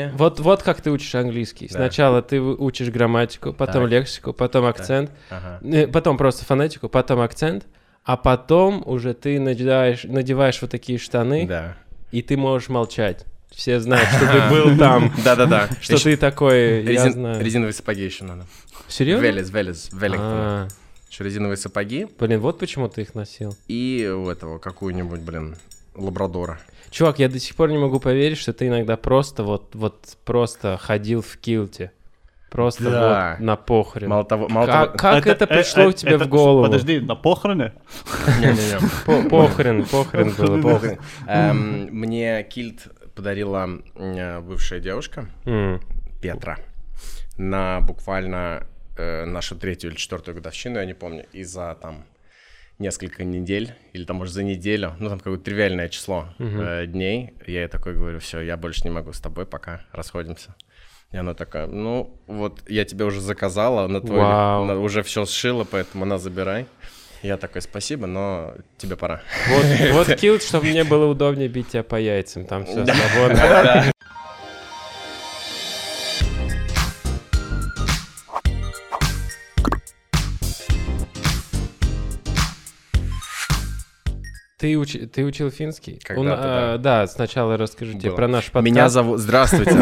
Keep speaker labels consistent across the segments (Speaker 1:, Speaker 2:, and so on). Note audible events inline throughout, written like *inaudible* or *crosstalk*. Speaker 1: Вот, вот как ты учишь английский.
Speaker 2: Да.
Speaker 1: Сначала ты вы- учишь грамматику, потом
Speaker 2: Так.
Speaker 1: лексику, потом акцент,
Speaker 2: Ага.
Speaker 1: э, потом просто фонетику, потом акцент, а потом уже ты надеваешь, надеваешь вот такие штаны,
Speaker 2: Да.
Speaker 1: и ты можешь молчать. Все знают, что ты
Speaker 2: *laughs*
Speaker 1: был там, *laughs*
Speaker 2: Да-да-да.
Speaker 1: что
Speaker 2: Ещё
Speaker 1: ты такой, я
Speaker 2: резин-
Speaker 1: знаю.
Speaker 2: Резиновые сапоги еще надо.
Speaker 1: Серьезно?
Speaker 2: Велес, Велес, Веллингтон.
Speaker 1: А,
Speaker 2: Еще резиновые сапоги
Speaker 1: Блин, вот почему ты их носил.
Speaker 2: и у этого какую-нибудь, блин, лабрадора.
Speaker 1: Чувак, я до сих пор не могу поверить, что ты иногда просто вот, вот просто ходил в килте. Просто
Speaker 2: Да.
Speaker 1: вот на похороны.
Speaker 2: Мало того, мало
Speaker 1: Как-
Speaker 2: того...
Speaker 1: Как это пришло
Speaker 3: э, э,
Speaker 1: тебе
Speaker 3: это-
Speaker 1: в голову?
Speaker 3: Подожди, на похороны?
Speaker 2: *laughs* Не-не-не.
Speaker 1: *laughs* По- Похрен, похрен было. пох-
Speaker 2: Похрен. Эм, Мне кильт подарила м, э, бывшая девушка
Speaker 1: М.
Speaker 2: Петра на буквально э, нашу третью или четвертую годовщину, я не помню, и за там несколько недель, или там, может, за неделю, ну, там какое-то тривиальное число э, дней, я ей такой говорю, все, я больше не могу с тобой, пока расходимся. И она такая, ну, вот я тебе уже заказала, на твой,
Speaker 1: Вау.
Speaker 2: на- уже все сшила, поэтому на, забирай. Я такой, спасибо, но тебе пора.
Speaker 1: Вот, вот килт, чтобы мне было удобнее бить тебя по яйцам, там все свободно. Ты, учи- ты учил финский?
Speaker 2: Когда-то,
Speaker 1: Он, а, да, сначала расскажите
Speaker 2: Было.
Speaker 1: про наш подкаст.
Speaker 2: Меня
Speaker 1: *laughs*
Speaker 2: зовут... Здравствуйте.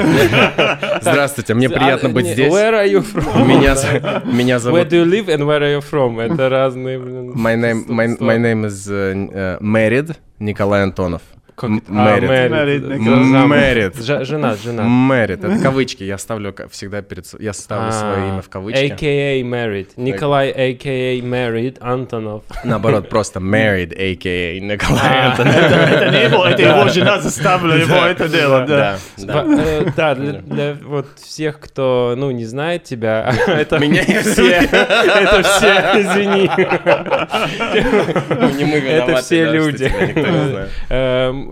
Speaker 2: Здравствуйте, мне
Speaker 1: А,
Speaker 2: приятно быть
Speaker 1: не,
Speaker 2: здесь.
Speaker 1: Where are you from?
Speaker 2: Меня, з-
Speaker 1: *laughs*
Speaker 2: меня
Speaker 1: Where
Speaker 2: зовут...
Speaker 1: do you live and where are you from? Это разные, блин.
Speaker 2: My name, my,
Speaker 1: Стоп.
Speaker 2: my name is э, н- э, Married Николай Антонов.
Speaker 1: Как
Speaker 2: М-
Speaker 1: это? А,
Speaker 2: Married.
Speaker 3: Married,
Speaker 1: да,
Speaker 3: да,
Speaker 1: да,
Speaker 2: М-
Speaker 1: замуж.
Speaker 2: Married.
Speaker 1: Ж- Женат, женат.
Speaker 2: Married. Это кавычки. Я ставлю ка- всегда перед... со- Я ставлю свое
Speaker 1: А,
Speaker 2: имя в кавычки.
Speaker 1: AKA Married. Николай, AKA Married Антонов.
Speaker 2: Наоборот, просто Married, a.k.a. Николай
Speaker 1: А.
Speaker 2: Антонов.
Speaker 3: *laughs* Это не его, это его жена заставила его это делать, да.
Speaker 2: да.
Speaker 1: Ба- э, Да, для- для вот всех, кто, ну, не знает тебя, *laughs* это
Speaker 2: Меня и
Speaker 1: все, это все, извини.
Speaker 2: Ну, не мы виноваты,
Speaker 1: Это все
Speaker 2: да, что
Speaker 1: люди.
Speaker 2: тебя никто не знает.
Speaker 1: Эм,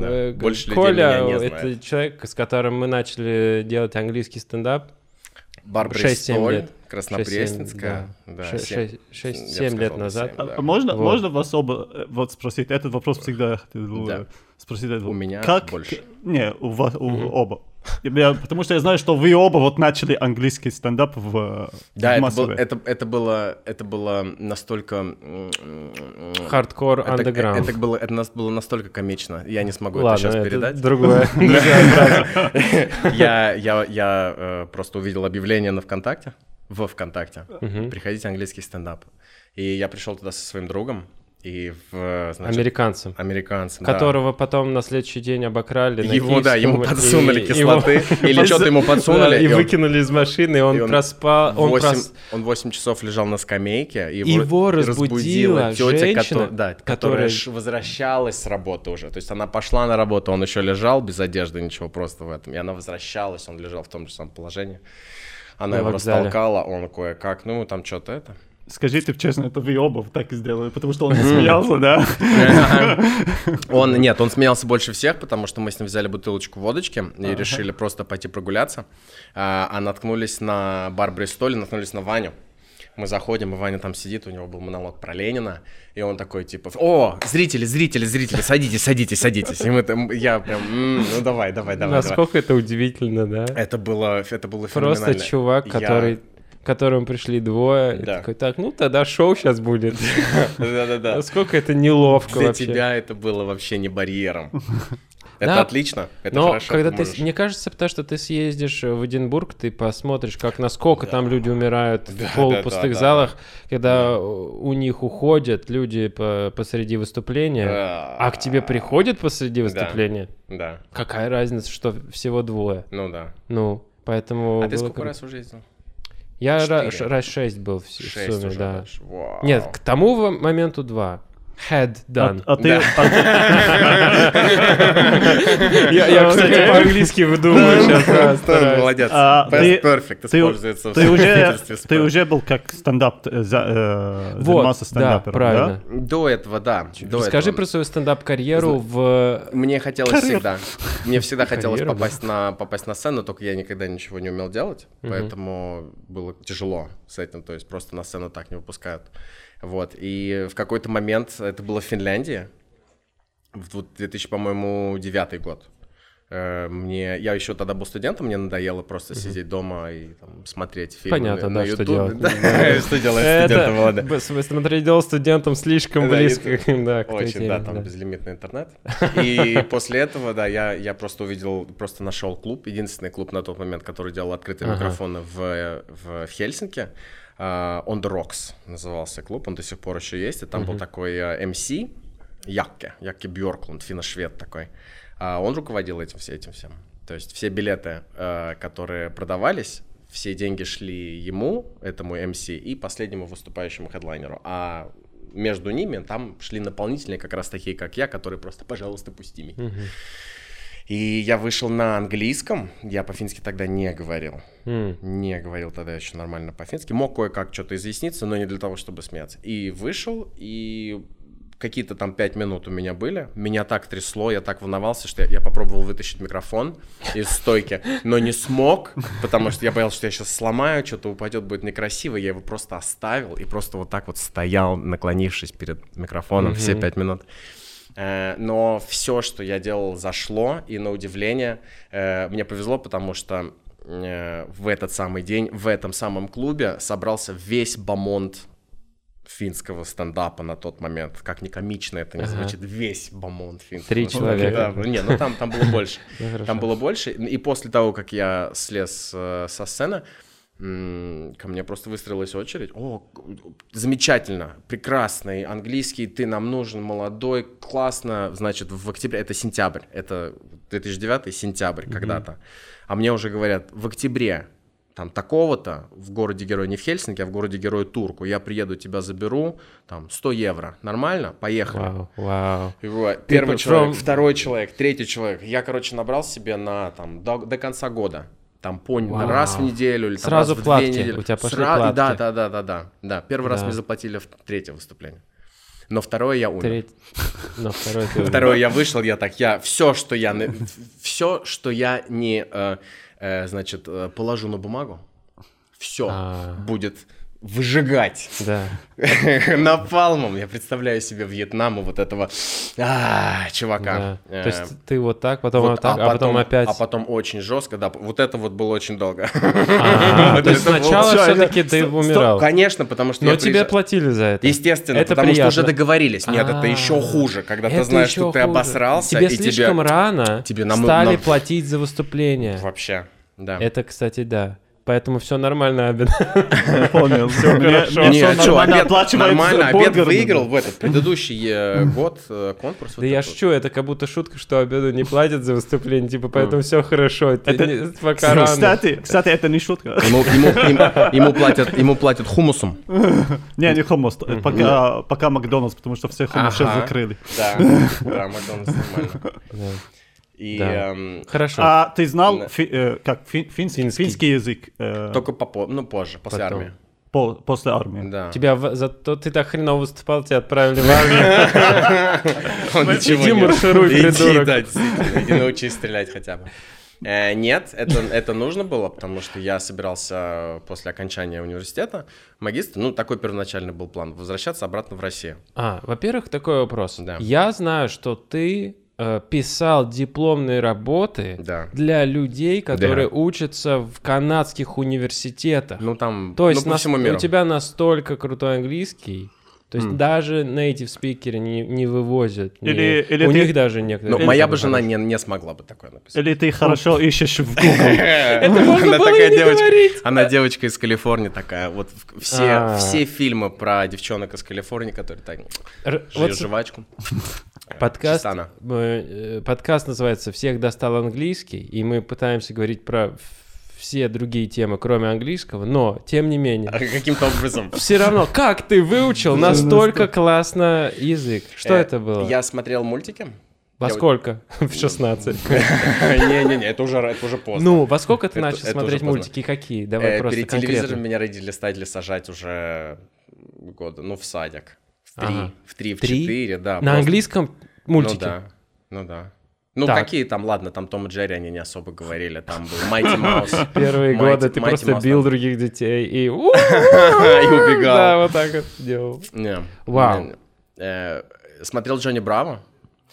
Speaker 2: Да,
Speaker 1: э, г-
Speaker 2: больше людей
Speaker 1: Коля,
Speaker 2: меня не
Speaker 1: это
Speaker 2: знает.
Speaker 1: человек, с которым мы начали делать английский стендап.
Speaker 2: Барбара
Speaker 1: Шесть-семь
Speaker 2: Столь,
Speaker 1: лет.
Speaker 2: Краснопресненская. Да, семь.
Speaker 1: 6-7
Speaker 2: Я бы
Speaker 1: лет
Speaker 2: сказал,
Speaker 1: назад.
Speaker 2: семь, да.
Speaker 3: А Можно,
Speaker 1: Вот.
Speaker 3: можно вас оба э, вот спросить? Этот вопрос всегда я хотел
Speaker 2: Да.
Speaker 3: э, спросить. этот
Speaker 2: У
Speaker 3: вопрос.
Speaker 2: меня
Speaker 3: как...
Speaker 2: больше.
Speaker 3: Не, у вас, у оба. Я- потому что я знаю, что вы оба вот начали английский стендап в, э,
Speaker 2: Да,
Speaker 3: в
Speaker 2: это, был-
Speaker 3: массовой.
Speaker 2: это, это было, это было настолько... м, м,
Speaker 1: Хардкор,
Speaker 2: это, э,
Speaker 1: андеграунд.
Speaker 2: это было, это нас было настолько комично. Я не смогу это
Speaker 1: Ладно,
Speaker 2: сейчас
Speaker 1: это
Speaker 2: передать. *laughs*
Speaker 1: другое.
Speaker 2: Я, я, я э, просто увидел объявление на ВКонтакте, во ВКонтакте.
Speaker 1: *laughs*
Speaker 2: Приходите английский стендап. И я пришел туда со своим другом и в, э, значит,
Speaker 1: Американцам.
Speaker 2: американцем. да.
Speaker 1: Которого потом на следующий день обокрали. на
Speaker 2: Его, да,
Speaker 1: Киевском,
Speaker 2: ему
Speaker 1: и-
Speaker 2: подсунули
Speaker 1: и- *laughs*
Speaker 2: кислоты. Или
Speaker 1: подсу-
Speaker 2: что-то ему подсунули.
Speaker 1: Да, И
Speaker 2: он-
Speaker 1: выкинули из машины, и
Speaker 2: и
Speaker 1: он
Speaker 2: он
Speaker 1: проспал. Он
Speaker 2: восемь-
Speaker 1: прос-
Speaker 2: Он 8 часов лежал на скамейке. и
Speaker 1: Его разбудила
Speaker 2: тетя,
Speaker 1: женщина,
Speaker 2: кото- да,
Speaker 1: которая-
Speaker 2: которая ш- возвращалась с работы уже. То есть она пошла на работу, он еще лежал без одежды, ничего просто в этом. И она возвращалась, он лежал в том же самом положении. Она
Speaker 1: На
Speaker 2: его
Speaker 1: вокзале.
Speaker 2: растолкала, он кое-как, ну, там что-то это.
Speaker 3: Скажите честно, это вы оба так и сделали, потому что он не смеялся, да?
Speaker 2: Он, нет, он смеялся больше всех, потому что мы с ним взяли бутылочку водочки и решили просто пойти прогуляться. А, а наткнулись на бар Бристоль, наткнулись на Ваню. Мы заходим, и Ваня там сидит, у него был монолог про Ленина, и он такой типа, о, зрители, зрители, зрители, садитесь, садитесь, садитесь. И мы там, я прям, «М, ну давай, давай, давай. давай».
Speaker 1: Насколько это удивительно, да?
Speaker 2: Это было, это было
Speaker 1: Просто
Speaker 2: феноменально.
Speaker 1: чувак,
Speaker 2: Я-
Speaker 1: который к которому пришли двое, и
Speaker 2: Да.
Speaker 1: такой, так, ну тогда шоу сейчас будет.
Speaker 2: *laughs*
Speaker 1: *laughs*
Speaker 2: Да-да-да.
Speaker 1: Насколько это неловко
Speaker 2: Для
Speaker 1: вообще.
Speaker 2: тебя это было вообще не
Speaker 1: *laughs*
Speaker 2: барьером.
Speaker 1: Да.
Speaker 2: Это отлично, это
Speaker 1: Но
Speaker 2: хорошо.
Speaker 1: когда ты,
Speaker 2: можешь.
Speaker 1: мне кажется, потому что ты съездишь в Эдинбург, ты посмотришь, как насколько там люди умирают
Speaker 2: Да,
Speaker 1: в полупустых
Speaker 2: да, да, да.
Speaker 1: залах, когда у них уходят люди по- посреди выступления,
Speaker 2: Да.
Speaker 1: а к тебе приходят посреди выступления.
Speaker 2: Да,
Speaker 1: Какая разница, что всего двое?
Speaker 2: ну да.
Speaker 1: Ну, поэтому.
Speaker 2: А ты
Speaker 1: было
Speaker 2: сколько
Speaker 1: круто.
Speaker 2: раз уже ездил?
Speaker 1: Я ра-
Speaker 2: Четыре.
Speaker 1: ш- раз шесть был в, с- в
Speaker 2: Шесть
Speaker 1: сумме,
Speaker 2: уже
Speaker 1: да.
Speaker 2: даже. Вау.
Speaker 1: Нет, к тому во- моменту два. Head
Speaker 3: А
Speaker 1: done.
Speaker 3: а ты...
Speaker 2: *laughs*
Speaker 3: а
Speaker 1: Я, я,
Speaker 3: *laughs*
Speaker 1: кстати, по-английски выдумываю сейчас. да,
Speaker 2: Ты
Speaker 1: стараюсь.
Speaker 2: Молодец.
Speaker 3: А,
Speaker 2: Past
Speaker 3: ты-
Speaker 2: perfect
Speaker 3: ты-
Speaker 2: используется в *laughs*
Speaker 3: Ты уже,
Speaker 2: строительстве
Speaker 3: ты
Speaker 2: спа-
Speaker 3: уже был как стендап, э, за- э,
Speaker 1: Вот,
Speaker 3: занимался
Speaker 1: да,
Speaker 3: стендапером, *laughs*
Speaker 1: правильно.
Speaker 2: До этого, да. до
Speaker 1: Расскажи
Speaker 2: этого.
Speaker 1: про свою стендап-карьеру в...
Speaker 2: Мне хотелось всегда. Мне всегда хотелось
Speaker 1: Карьера, да.
Speaker 2: попасть на попасть на сцену, только я никогда ничего не умел делать, поэтому было тяжело с этим, то есть просто на сцену так не выпускают. Вот. И в какой-то момент это было в Финляндии в дву- 2000, по-моему, девятый год. Э, Мне, я еще тогда был студентом, мне надоело просто сидеть дома и там, смотреть фильмы
Speaker 1: Понятно,
Speaker 2: на
Speaker 1: да,
Speaker 2: на
Speaker 1: что
Speaker 2: YouTube.
Speaker 1: делать.
Speaker 2: Да, *laughs* Что делает студентом,
Speaker 1: Это,
Speaker 2: Влада?
Speaker 1: б- в смысле, дело студентам слишком
Speaker 2: Да,
Speaker 1: близко. *laughs*
Speaker 2: это-
Speaker 1: да, к той
Speaker 2: Очень,
Speaker 1: теме,
Speaker 2: да, там
Speaker 1: да.
Speaker 2: безлимитный интернет. И *laughs* после этого, да, я, я просто увидел, просто нашел клуб, единственный клуб на тот момент, который делал открытые
Speaker 1: Ага.
Speaker 2: микрофоны в, в, в Хельсинки. А, On the Rocks назывался клуб, он до сих пор еще есть. И там был такой э, MC Якке, Якке Бьорклунд, финно-швед такой. А он руководил этим, все- этим всем. То есть все билеты, э, которые продавались, все деньги шли ему, этому MC, и последнему выступающему хедлайнеру. А между ними там шли наполнительные, как раз такие, как я, которые просто, пожалуйста, пусти меня. И я вышел на английском, я по-фински тогда не говорил.
Speaker 1: М.
Speaker 2: Не говорил тогда еще нормально по-фински. Мог кое-как что-то изъясниться, но не для того, чтобы смеяться. И вышел, и какие-то там пять минут у меня были. Меня так трясло, я так волновался, что я, я попробовал вытащить микрофон из стойки, но не смог, потому что я боялся, что я сейчас сломаю, что-то упадет, будет некрасиво. Я его просто оставил и просто вот так вот стоял, наклонившись перед микрофоном все пять минут. Э, Но все, что я делал, зашло, и на удивление э, мне повезло, потому что э, в этот самый день, в этом самом клубе собрался весь бомонд финского стендапа на тот момент. Как не комично это не
Speaker 1: Ага.
Speaker 2: звучит, весь бомонд финского
Speaker 1: Три
Speaker 2: стендапа.
Speaker 1: человека.
Speaker 2: Да, не, ну там, там было больше.
Speaker 1: Ну, хорошо.
Speaker 2: Там было больше. И после того, как я слез э, со сцены, м, ко мне просто выстроилась очередь. О, к- замечательно, прекрасный английский, ты нам нужен, молодой, классно. Значит, в октябре, это сентябрь, это 2009 сентябрь когда-то. А мне уже говорят, в октябре там такого-то в городе герой не в Хельсинки, а в городе герой Турку. Я приеду, тебя заберу, там 100 евро. Нормально? Поехали.
Speaker 1: Вау, вау.
Speaker 2: И бывает, Первый
Speaker 1: потом-
Speaker 2: человек, второй человек, третий человек. Я, короче, набрал себе на там до, до конца года. Там по
Speaker 1: Вау.
Speaker 2: раз в неделю или там
Speaker 1: Сразу
Speaker 2: раз в
Speaker 1: платки.
Speaker 2: две недели.
Speaker 1: У тебя пошли платки.
Speaker 2: Да, да, да, да, да. Да, первый раз
Speaker 1: Да.
Speaker 2: мне заплатили в третье выступление. Но второе я умер.
Speaker 1: Треть. Ну, второй ты-
Speaker 2: Второе я вышел, я так, я все, что я, все, что я не, э, э, значит, э, положу на бумагу, все
Speaker 1: А.
Speaker 2: будет выжигать.
Speaker 1: Да.
Speaker 2: *laughs* Напалмом. Я представляю себе Вьетнаму вот этого а, чувака.
Speaker 1: да. То
Speaker 2: Э,
Speaker 1: есть ты вот так, потом
Speaker 2: вот,
Speaker 1: вот так, а потом опять.
Speaker 2: А потом очень жестко, да. Вот это вот было очень долго.
Speaker 1: А,
Speaker 2: *laughs* Вот
Speaker 1: То есть
Speaker 2: это было-
Speaker 1: сначала
Speaker 3: Всё,
Speaker 1: все-таки
Speaker 2: *laughs*
Speaker 3: это-
Speaker 1: ты
Speaker 3: сто- сто-
Speaker 1: умирал.
Speaker 2: Конечно, потому что
Speaker 1: Но
Speaker 2: я
Speaker 1: тебе
Speaker 2: приезжа-
Speaker 1: платили за это.
Speaker 2: Естественно,
Speaker 1: Это
Speaker 2: потому что
Speaker 1: приятно.
Speaker 2: уже договорились. Нет, это еще
Speaker 1: А,
Speaker 2: хуже, когда ты
Speaker 1: это
Speaker 2: знаешь,
Speaker 1: ещё
Speaker 2: что ты
Speaker 1: хуже.
Speaker 2: обосрался,
Speaker 1: тебе
Speaker 2: и
Speaker 1: слишком
Speaker 2: тебе
Speaker 1: рано
Speaker 2: тебе нам-
Speaker 1: стали
Speaker 2: нам-
Speaker 1: платить за выступление.
Speaker 2: вообще. Да.
Speaker 1: Это, кстати, да. Поэтому все нормально, Абин.
Speaker 3: Я понял. Все
Speaker 2: Не, а чё, обед, нормально, обед
Speaker 1: *laughs*
Speaker 3: бургерами.
Speaker 2: выиграл в этот предыдущий э, год э, конкурс.
Speaker 1: Да я шучу, это как будто шутка, что обеду не платят за выступление, типа, поэтому все хорошо. ты
Speaker 3: Это-
Speaker 1: не- Пока рано.
Speaker 3: Кстати, кстати, это
Speaker 1: *laughs*
Speaker 3: не шутка.
Speaker 2: Ему, ему, им- ему платят, ему платят хумусом.
Speaker 3: Не, не хомос. Пока, а, пока Макдональдс, потому что все хомос сейчас
Speaker 2: Ага.
Speaker 3: закрыли.
Speaker 2: Да, да, Макдональдс
Speaker 1: *laughs*
Speaker 2: нормально.
Speaker 1: Да.
Speaker 2: И
Speaker 1: Да.
Speaker 2: эм,
Speaker 1: Хорошо.
Speaker 3: А ты знал
Speaker 2: Да.
Speaker 3: фи- э, как фин- финский
Speaker 1: Финский.
Speaker 3: финский язык э,
Speaker 2: только попо- ну, позже, после
Speaker 1: Потом.
Speaker 2: армии.
Speaker 3: по- после армии?
Speaker 2: Да. *laughs*
Speaker 1: Тебя в- зато ты так хреново выступал, тебя отправили в армию.
Speaker 2: Он ничего
Speaker 1: Иди
Speaker 2: не-
Speaker 1: маршируй,
Speaker 2: Иди,
Speaker 1: придурок.
Speaker 2: да, действительно, иди научись стрелять хотя бы. Э, Нет, это, это нужно было, потому что я собирался после окончания университета, магистр, ну, такой первоначальный был план, возвращаться обратно в Россию.
Speaker 1: А, во-первых, такой вопрос.
Speaker 2: Да.
Speaker 1: Я знаю, что ты э, писал дипломные работы
Speaker 2: Да.
Speaker 1: для людей, которые учатся в канадских университетах.
Speaker 2: Ну, там,
Speaker 1: То есть
Speaker 2: ну, по
Speaker 1: нас-
Speaker 2: всему миру.
Speaker 1: у тебя настолько крутой английский, то есть даже native спикеры не, не вывозят. не-
Speaker 3: Или- или
Speaker 1: у
Speaker 3: ты-
Speaker 1: них даже некоторые.
Speaker 2: Ну, моя бы жена не, не смогла бы такое написать. *laughs*
Speaker 3: Или ты хорошо ищешь в
Speaker 1: *laughs*
Speaker 3: Google?
Speaker 1: можно
Speaker 2: Она
Speaker 1: было
Speaker 2: такая
Speaker 1: и не
Speaker 2: девочка-
Speaker 1: говорить.
Speaker 2: Она девочка из Калифорнии такая. Вот в- все,
Speaker 1: А.
Speaker 2: все фильмы про девчонок из Калифорнии, которые так
Speaker 1: Р-
Speaker 2: жуют
Speaker 1: вот с-
Speaker 2: жвачку.
Speaker 1: *laughs* подкаст,
Speaker 2: Чистана. *laughs*
Speaker 1: э, э, подкаст называется «Всех достал английский», и мы пытаемся говорить про ф- все другие темы, кроме английского, но тем не менее.
Speaker 2: *laughs* А Каким-то образом.
Speaker 1: Все равно, как ты выучил настолько классно язык? *laughs* Что
Speaker 2: Э,
Speaker 1: это было?
Speaker 2: Я смотрел
Speaker 1: *laughs*
Speaker 2: мультики.
Speaker 1: Во
Speaker 2: я вот-
Speaker 1: сколько? *laughs* В 16.
Speaker 2: Не-не-не, это уже это уже поздно.
Speaker 1: Ну, во сколько ты
Speaker 2: Это-
Speaker 1: начал
Speaker 2: это
Speaker 1: смотреть
Speaker 2: уже поздно.
Speaker 1: мультики? Какие? Давай
Speaker 2: Э,
Speaker 1: просто
Speaker 2: Перед телевизором
Speaker 1: конкретно.
Speaker 2: меня родители стали сажать уже года, ну, в садик. В
Speaker 1: Ага.
Speaker 2: три, в три, в
Speaker 1: Три?
Speaker 2: четыре, да.
Speaker 1: На
Speaker 2: просто.
Speaker 1: английском
Speaker 2: Ну
Speaker 1: мультики?
Speaker 2: да, ну да. Ну,
Speaker 1: Так.
Speaker 2: какие там, ладно, там Том и Джерри они не особо говорили, там
Speaker 1: *laughs*
Speaker 2: был Майти Маус.
Speaker 1: Первые
Speaker 2: Майти-
Speaker 1: годы ты
Speaker 2: Майти
Speaker 1: просто
Speaker 2: Маус
Speaker 1: бил
Speaker 2: там.
Speaker 1: других детей
Speaker 2: *laughs*
Speaker 1: и... И
Speaker 2: И А убегал.
Speaker 1: Да, вот так вот делал.
Speaker 2: Не,
Speaker 1: Вау.
Speaker 2: не, не. Э, Смотрел Джонни Браво.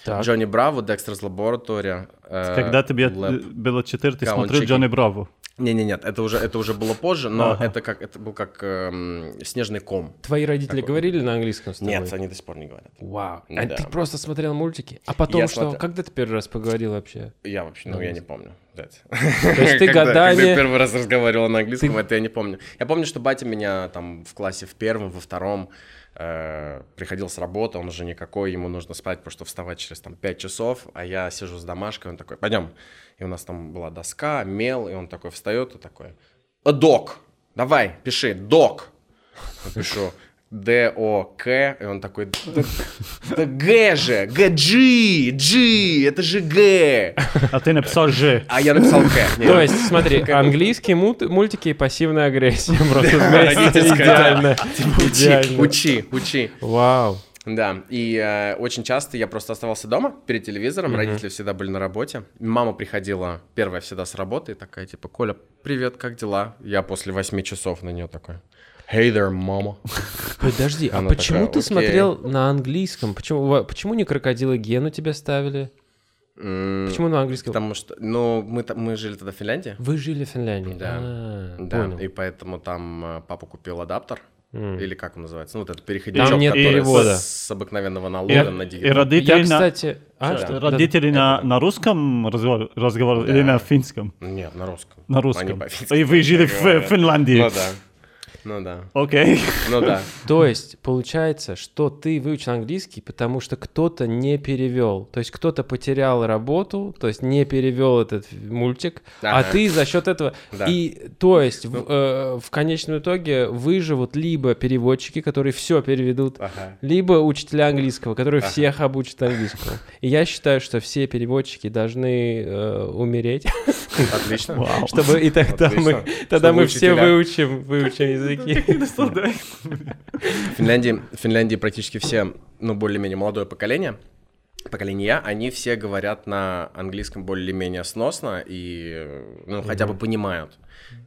Speaker 1: Так.
Speaker 2: Джонни Браво, Декстерс Лаборатория. э,
Speaker 3: Когда тебе э, было 4, ты смотрел
Speaker 2: Каунт-чекинг.
Speaker 3: Джонни Браво.
Speaker 2: Не, не, нет, это уже это уже было позже, но
Speaker 3: Ага.
Speaker 2: это как это был как эм, снежный ком.
Speaker 1: Твои родители говорили на английском с тобой?
Speaker 2: Нет, они до сих пор не говорят.
Speaker 1: Вау.
Speaker 2: Да.
Speaker 1: А ты просто смотрел мультики? А потом
Speaker 2: Я
Speaker 1: что?
Speaker 2: смотрел.
Speaker 1: Когда ты первый раз поговорил вообще?
Speaker 2: Я вообще, ну, я не помню. То
Speaker 1: То
Speaker 2: *laughs*
Speaker 1: есть ты
Speaker 2: Когда
Speaker 1: годами-
Speaker 2: я первый раз разговаривал на английском,
Speaker 1: Ты-
Speaker 2: это я не помню. Я помню, что батя меня там в классе в первом, во втором э, приходил с работы, он уже никакой, ему нужно спать, потому что вставать через там 5 часов, а я сижу с домашкой, он такой, пойдем. И у нас там была доска, мел, и он такой встает и такой, «Э, док, давай, пиши, док. Я пишу, Д-О-К, и он такой, «Да- да Г же, Г-Джи, Джи, это же Г.
Speaker 3: А ты написал Ж.
Speaker 2: А я
Speaker 1: *laughs*
Speaker 2: написал К. Нет.
Speaker 1: То есть,
Speaker 2: *laughs*
Speaker 1: смотри, английские мут- мультики и пассивная агрессия. Просто вместе.
Speaker 2: родительская, да.
Speaker 1: идеально.
Speaker 2: Учи,
Speaker 1: Идеально.
Speaker 2: учи, учи.
Speaker 1: Вау.
Speaker 2: Да, и э, очень часто я просто оставался дома перед телевизором, родители всегда были на работе. Мама приходила первая всегда с работы и такая, типа, Коля, привет, как дела? Я после восьми часов на нее такой, hey there, мама.
Speaker 1: Подожди, а
Speaker 2: Она
Speaker 1: почему
Speaker 2: такая,
Speaker 1: ты
Speaker 2: «Окей».
Speaker 1: смотрел на английском? Почему во- почему не крокодила Гену тебя ставили?
Speaker 2: М,
Speaker 1: Почему на английском?
Speaker 2: Потому что, ну, мы, та- мы жили тогда в Финляндии.
Speaker 1: Вы жили в Финляндии?
Speaker 2: Да.
Speaker 1: А,
Speaker 2: Да,
Speaker 1: понял.
Speaker 2: и поэтому там э, папа купил адаптер,
Speaker 1: М.
Speaker 2: или как он называется, ну, вот этот переходничок,
Speaker 1: Там нет
Speaker 2: который с-
Speaker 1: перевода.
Speaker 2: С, обыкновенного
Speaker 3: И,
Speaker 2: налога на
Speaker 3: и
Speaker 2: дивиденды.
Speaker 1: Я,
Speaker 3: родители, на,
Speaker 1: кстати... а,
Speaker 2: Да.
Speaker 1: что?
Speaker 3: родители на, на русском разговар- разговаривали или на финском?
Speaker 2: Нет, на русском.
Speaker 3: На
Speaker 2: Они
Speaker 3: русском.
Speaker 2: по-фински
Speaker 3: И вы жили в
Speaker 2: говорят.
Speaker 3: э, Финляндии.
Speaker 2: Ну да. Ну да.
Speaker 3: Окей.
Speaker 2: *laughs* Ну да.
Speaker 1: То есть получается, что ты выучил английский, потому что кто-то не перевел. То есть кто-то потерял работу, то есть не перевел этот мультик, а
Speaker 2: Ага.
Speaker 1: ты за счет этого.
Speaker 2: Да. Ну.
Speaker 1: И то есть в, э, в конечном итоге выживут либо переводчики, которые все переведут,
Speaker 2: Ага.
Speaker 1: либо учителя английского, которые всех обучат английскому. И я считаю, что все переводчики должны э, умереть, *laughs*
Speaker 2: Отлично.
Speaker 3: Вау.
Speaker 1: чтобы и тогда мы
Speaker 2: Отлично.
Speaker 1: тогда мы
Speaker 2: Чтобы
Speaker 1: все
Speaker 2: учителя-
Speaker 1: выучим выучим языки.
Speaker 2: В Финляндии, в Финляндии практически все, ну, более-менее молодое поколение, поколение я, они все говорят на английском более-менее сносно и, э, ну, хотя бы понимают.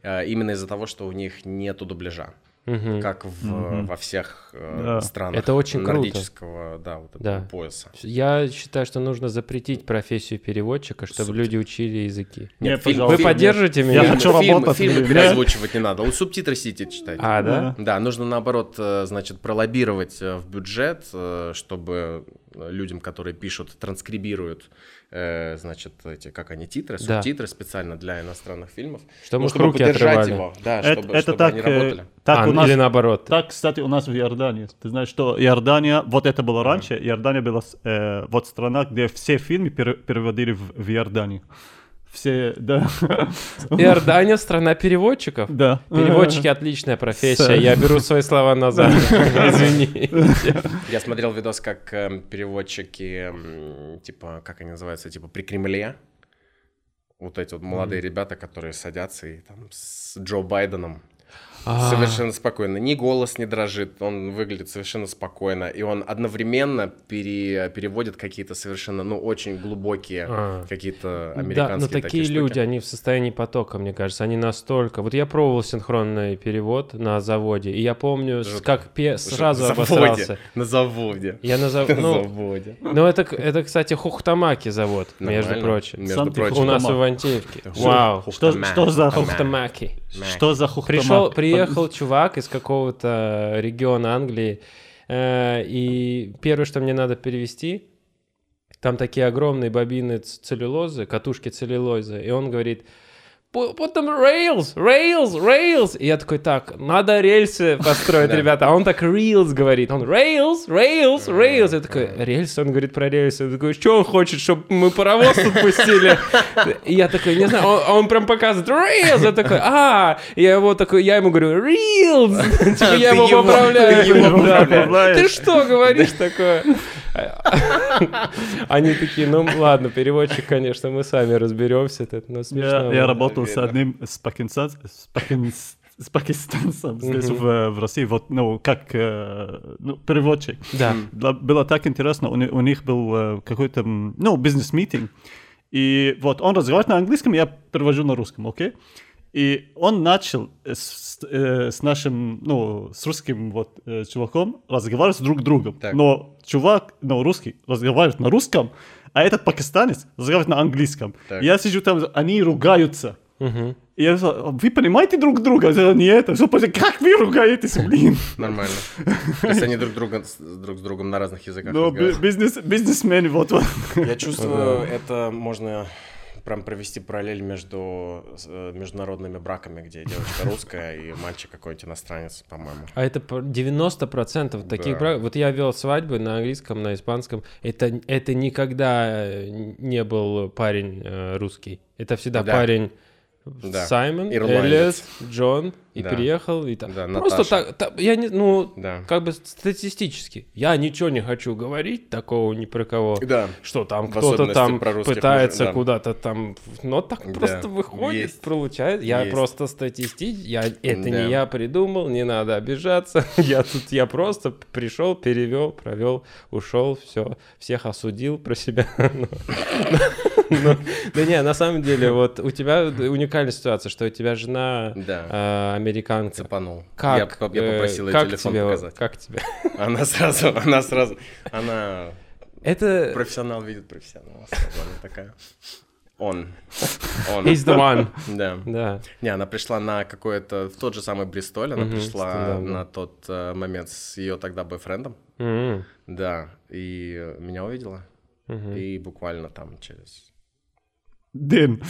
Speaker 2: Э, Именно из-за того, что у них нету дубляжа,
Speaker 1: Мгм.
Speaker 2: как в,
Speaker 3: Мгм.
Speaker 2: во всех э,
Speaker 3: Да.
Speaker 2: странах
Speaker 1: Это очень круто.
Speaker 2: нордического, да, вот этого
Speaker 1: Да.
Speaker 2: пояса.
Speaker 1: Я считаю, что нужно запретить профессию переводчика, чтобы люди учили языки.
Speaker 3: Не,
Speaker 2: Нет, фильм-
Speaker 1: Вы
Speaker 3: пожалуйста.
Speaker 2: фильм-
Speaker 1: поддержите меня?
Speaker 3: Я хочу
Speaker 2: фильмы-
Speaker 3: работать,
Speaker 2: Фильмы
Speaker 3: блин.
Speaker 2: переозвучивать не надо, лучше субтитры сидите читать.
Speaker 1: А, да?
Speaker 2: Да, нужно наоборот, э, значит, пролоббировать э, в бюджет, э, чтобы людям, которые пишут, транскрибируют, э, значит, эти, как они, титры,
Speaker 1: Да.
Speaker 2: субтитры специально для иностранных фильмов.
Speaker 1: Чтобы
Speaker 2: Ну,
Speaker 1: их руки
Speaker 2: поддержать
Speaker 1: отрывали.
Speaker 2: его, да,
Speaker 3: Это,
Speaker 2: чтобы,
Speaker 3: это
Speaker 2: чтобы
Speaker 3: так,
Speaker 2: они
Speaker 3: э,
Speaker 2: работали.
Speaker 1: А,
Speaker 3: так у
Speaker 1: ну
Speaker 3: нас,
Speaker 1: Или наоборот.
Speaker 3: так, кстати, у нас в Иордании. Ты знаешь, что Иордания, вот это была раньше, Иордания была с- э, вот страна, где все фильмы пере- переводили в, в Иорданию. Все, да.
Speaker 1: Иордания — страна переводчиков.
Speaker 3: *laughs* Да.
Speaker 1: Переводчики — отличная профессия.
Speaker 3: Сэр.
Speaker 1: Я беру свои слова назад.
Speaker 3: *laughs*
Speaker 1: Извини.
Speaker 2: Я смотрел видос, как эм, переводчики, м, типа, как они называются, типа, при Кремле. Вот эти вот молодые ребята, которые садятся и там с Джо Байденом
Speaker 1: А.
Speaker 2: Совершенно спокойно. Ни голос не дрожит, он выглядит совершенно спокойно. И он одновременно пере- переводит какие-то совершенно, ну, очень глубокие
Speaker 1: А.
Speaker 2: какие-то
Speaker 1: Да, но
Speaker 2: американские
Speaker 1: такие
Speaker 2: штуки.
Speaker 1: люди, они в состоянии потока, мне кажется, они настолько... Вот я пробовал синхронный перевод на заводе, и я помню, с-
Speaker 2: Жутко.
Speaker 1: как пе-
Speaker 2: Слушай,
Speaker 1: сразу
Speaker 2: на
Speaker 1: обосрался.
Speaker 2: заводе. На заводе.
Speaker 1: Я на
Speaker 2: *laughs* На
Speaker 1: заводе... Ну,
Speaker 2: заводе.
Speaker 1: ну это, к- это, кстати, Хухтамаки завод, между
Speaker 2: Нормально.
Speaker 1: прочим.
Speaker 2: Между
Speaker 3: Сам ты
Speaker 2: прочим.
Speaker 1: У нас в
Speaker 3: Хухтамак.
Speaker 1: Ивантеевке. Вау.
Speaker 3: Что-
Speaker 2: Хухтама.
Speaker 3: что за
Speaker 2: Хухтама.
Speaker 1: Хухтамаки.
Speaker 3: Что за хухтамак?
Speaker 1: Пришел, приехал чувак из какого-то э, региона Англии, э, и первое, что мне надо перевести, там такие огромные бобины ц- целлюлозы, катушки целлюлозы, и он говорит, «Put put them rails, rails, rails. И я такой, так, надо
Speaker 2: *laughs*
Speaker 1: рельсы построить,
Speaker 2: Да.
Speaker 1: ребята. А он так rails говорит. Он rails, rails, rails. Я такой, рельсы? Он говорит про рельсы. Я такой, что он хочет, чтобы мы паровоз тут пустили? И я такой, не знаю. Он, а он прям показывает rails. Я такой, а. И я его такой, я ему говорю,
Speaker 2: *laughs*
Speaker 1: rails. *laughs* Типа я
Speaker 2: Ты
Speaker 1: его
Speaker 2: его-
Speaker 1: поправляю.
Speaker 2: ты его
Speaker 1: Да, да.
Speaker 3: поправляешь.
Speaker 1: Ты что говоришь
Speaker 2: *laughs*
Speaker 1: такое? Они такие, ну ладно, переводчик, конечно, мы сами разберемся. Это, ну,
Speaker 3: Я,
Speaker 1: смешно.
Speaker 3: я
Speaker 1: было.
Speaker 3: работал с одним с пакинсан- с пакин- с пакистанцем здесь в, в России, вот, ну, как э, ну, переводчик.
Speaker 1: Да.
Speaker 3: Для- было так интересно, у, ни- у них был э, какой-то, м, ну, бизнес-митинг, и вот он разговаривает на английском, я перевожу на русском, окей? И он начал с, э, с нашим, ну, с русским вот э, чуваком разговаривать друг с другом.
Speaker 2: Так.
Speaker 3: Но чувак, ну, русский, разговаривает на русском, а этот пакистанец разговаривает на английском.
Speaker 2: Так.
Speaker 3: Я сижу там, они ругаются.
Speaker 1: Мгм.
Speaker 3: И я сказал, «А вы понимаете друг друга? Я сказал, нет. Я сказал, как вы ругаетесь, блин?
Speaker 2: Нормально. То есть они друг, друга, с- друг с другом на разных языках
Speaker 3: Ну, би-
Speaker 2: разговаривают.
Speaker 3: бизнес, бизнесмены, вот, вот.
Speaker 2: Я чувствую, это можно прям провести параллель между с, э, международными браками, где девочка русская и мальчик какой-нибудь иностранец, по-моему.
Speaker 1: А это по- 90% таких
Speaker 2: Да.
Speaker 1: брак- Вот я вел свадьбы на английском, на испанском. Это, это никогда э, не был парень э, русский. Это всегда
Speaker 2: Да.
Speaker 1: парень
Speaker 2: Да.
Speaker 1: Саймон,
Speaker 2: Ирландец.
Speaker 1: Эллис, Джон. И
Speaker 2: Да.
Speaker 1: приехал. И та-
Speaker 2: Да,
Speaker 1: Просто
Speaker 2: Наташа.
Speaker 1: так, та- я не, ну,
Speaker 2: Да.
Speaker 1: как бы статистически. Я ничего не хочу говорить такого ни про кого.
Speaker 2: Да.
Speaker 1: Что там
Speaker 2: В
Speaker 1: кто-то
Speaker 2: особенности
Speaker 1: там
Speaker 2: про русских
Speaker 1: пытается
Speaker 2: мужчин, да.
Speaker 1: куда-то там, но так
Speaker 2: Да,
Speaker 1: просто выходит,
Speaker 2: есть.
Speaker 1: получается. Я
Speaker 2: Есть.
Speaker 1: просто статистич, я это
Speaker 2: Да.
Speaker 1: не я придумал, не надо обижаться. *laughs* Я тут я просто пришел, перевел, провел, ушел, все, всех осудил про себя. *laughs* Ну, ну, Да не, на самом деле вот у тебя уникальная ситуация, что у тебя жена
Speaker 2: Да.
Speaker 1: э, американка.
Speaker 2: А, Цепанул. Я,
Speaker 1: Как?
Speaker 2: по- я
Speaker 1: э,
Speaker 2: попросил ее
Speaker 1: как
Speaker 2: телефон
Speaker 1: тебе-
Speaker 2: показать.
Speaker 1: Как тебе?
Speaker 2: Она сразу, она сразу, она
Speaker 1: Это
Speaker 2: профессионал видит профессионала. сразу она такая. Он. Он.
Speaker 1: is the one. *laughs*
Speaker 2: Да.
Speaker 1: Да.
Speaker 2: Не, она пришла на какое-то, в тот же самый Бристоль, она
Speaker 1: Мгм,
Speaker 2: пришла
Speaker 1: стендап, да.
Speaker 2: на тот э, момент с ее тогда бойфрендом.
Speaker 1: М,
Speaker 2: Да, и э, меня увидела.
Speaker 1: мгм.
Speaker 2: И буквально там через...
Speaker 3: Дин.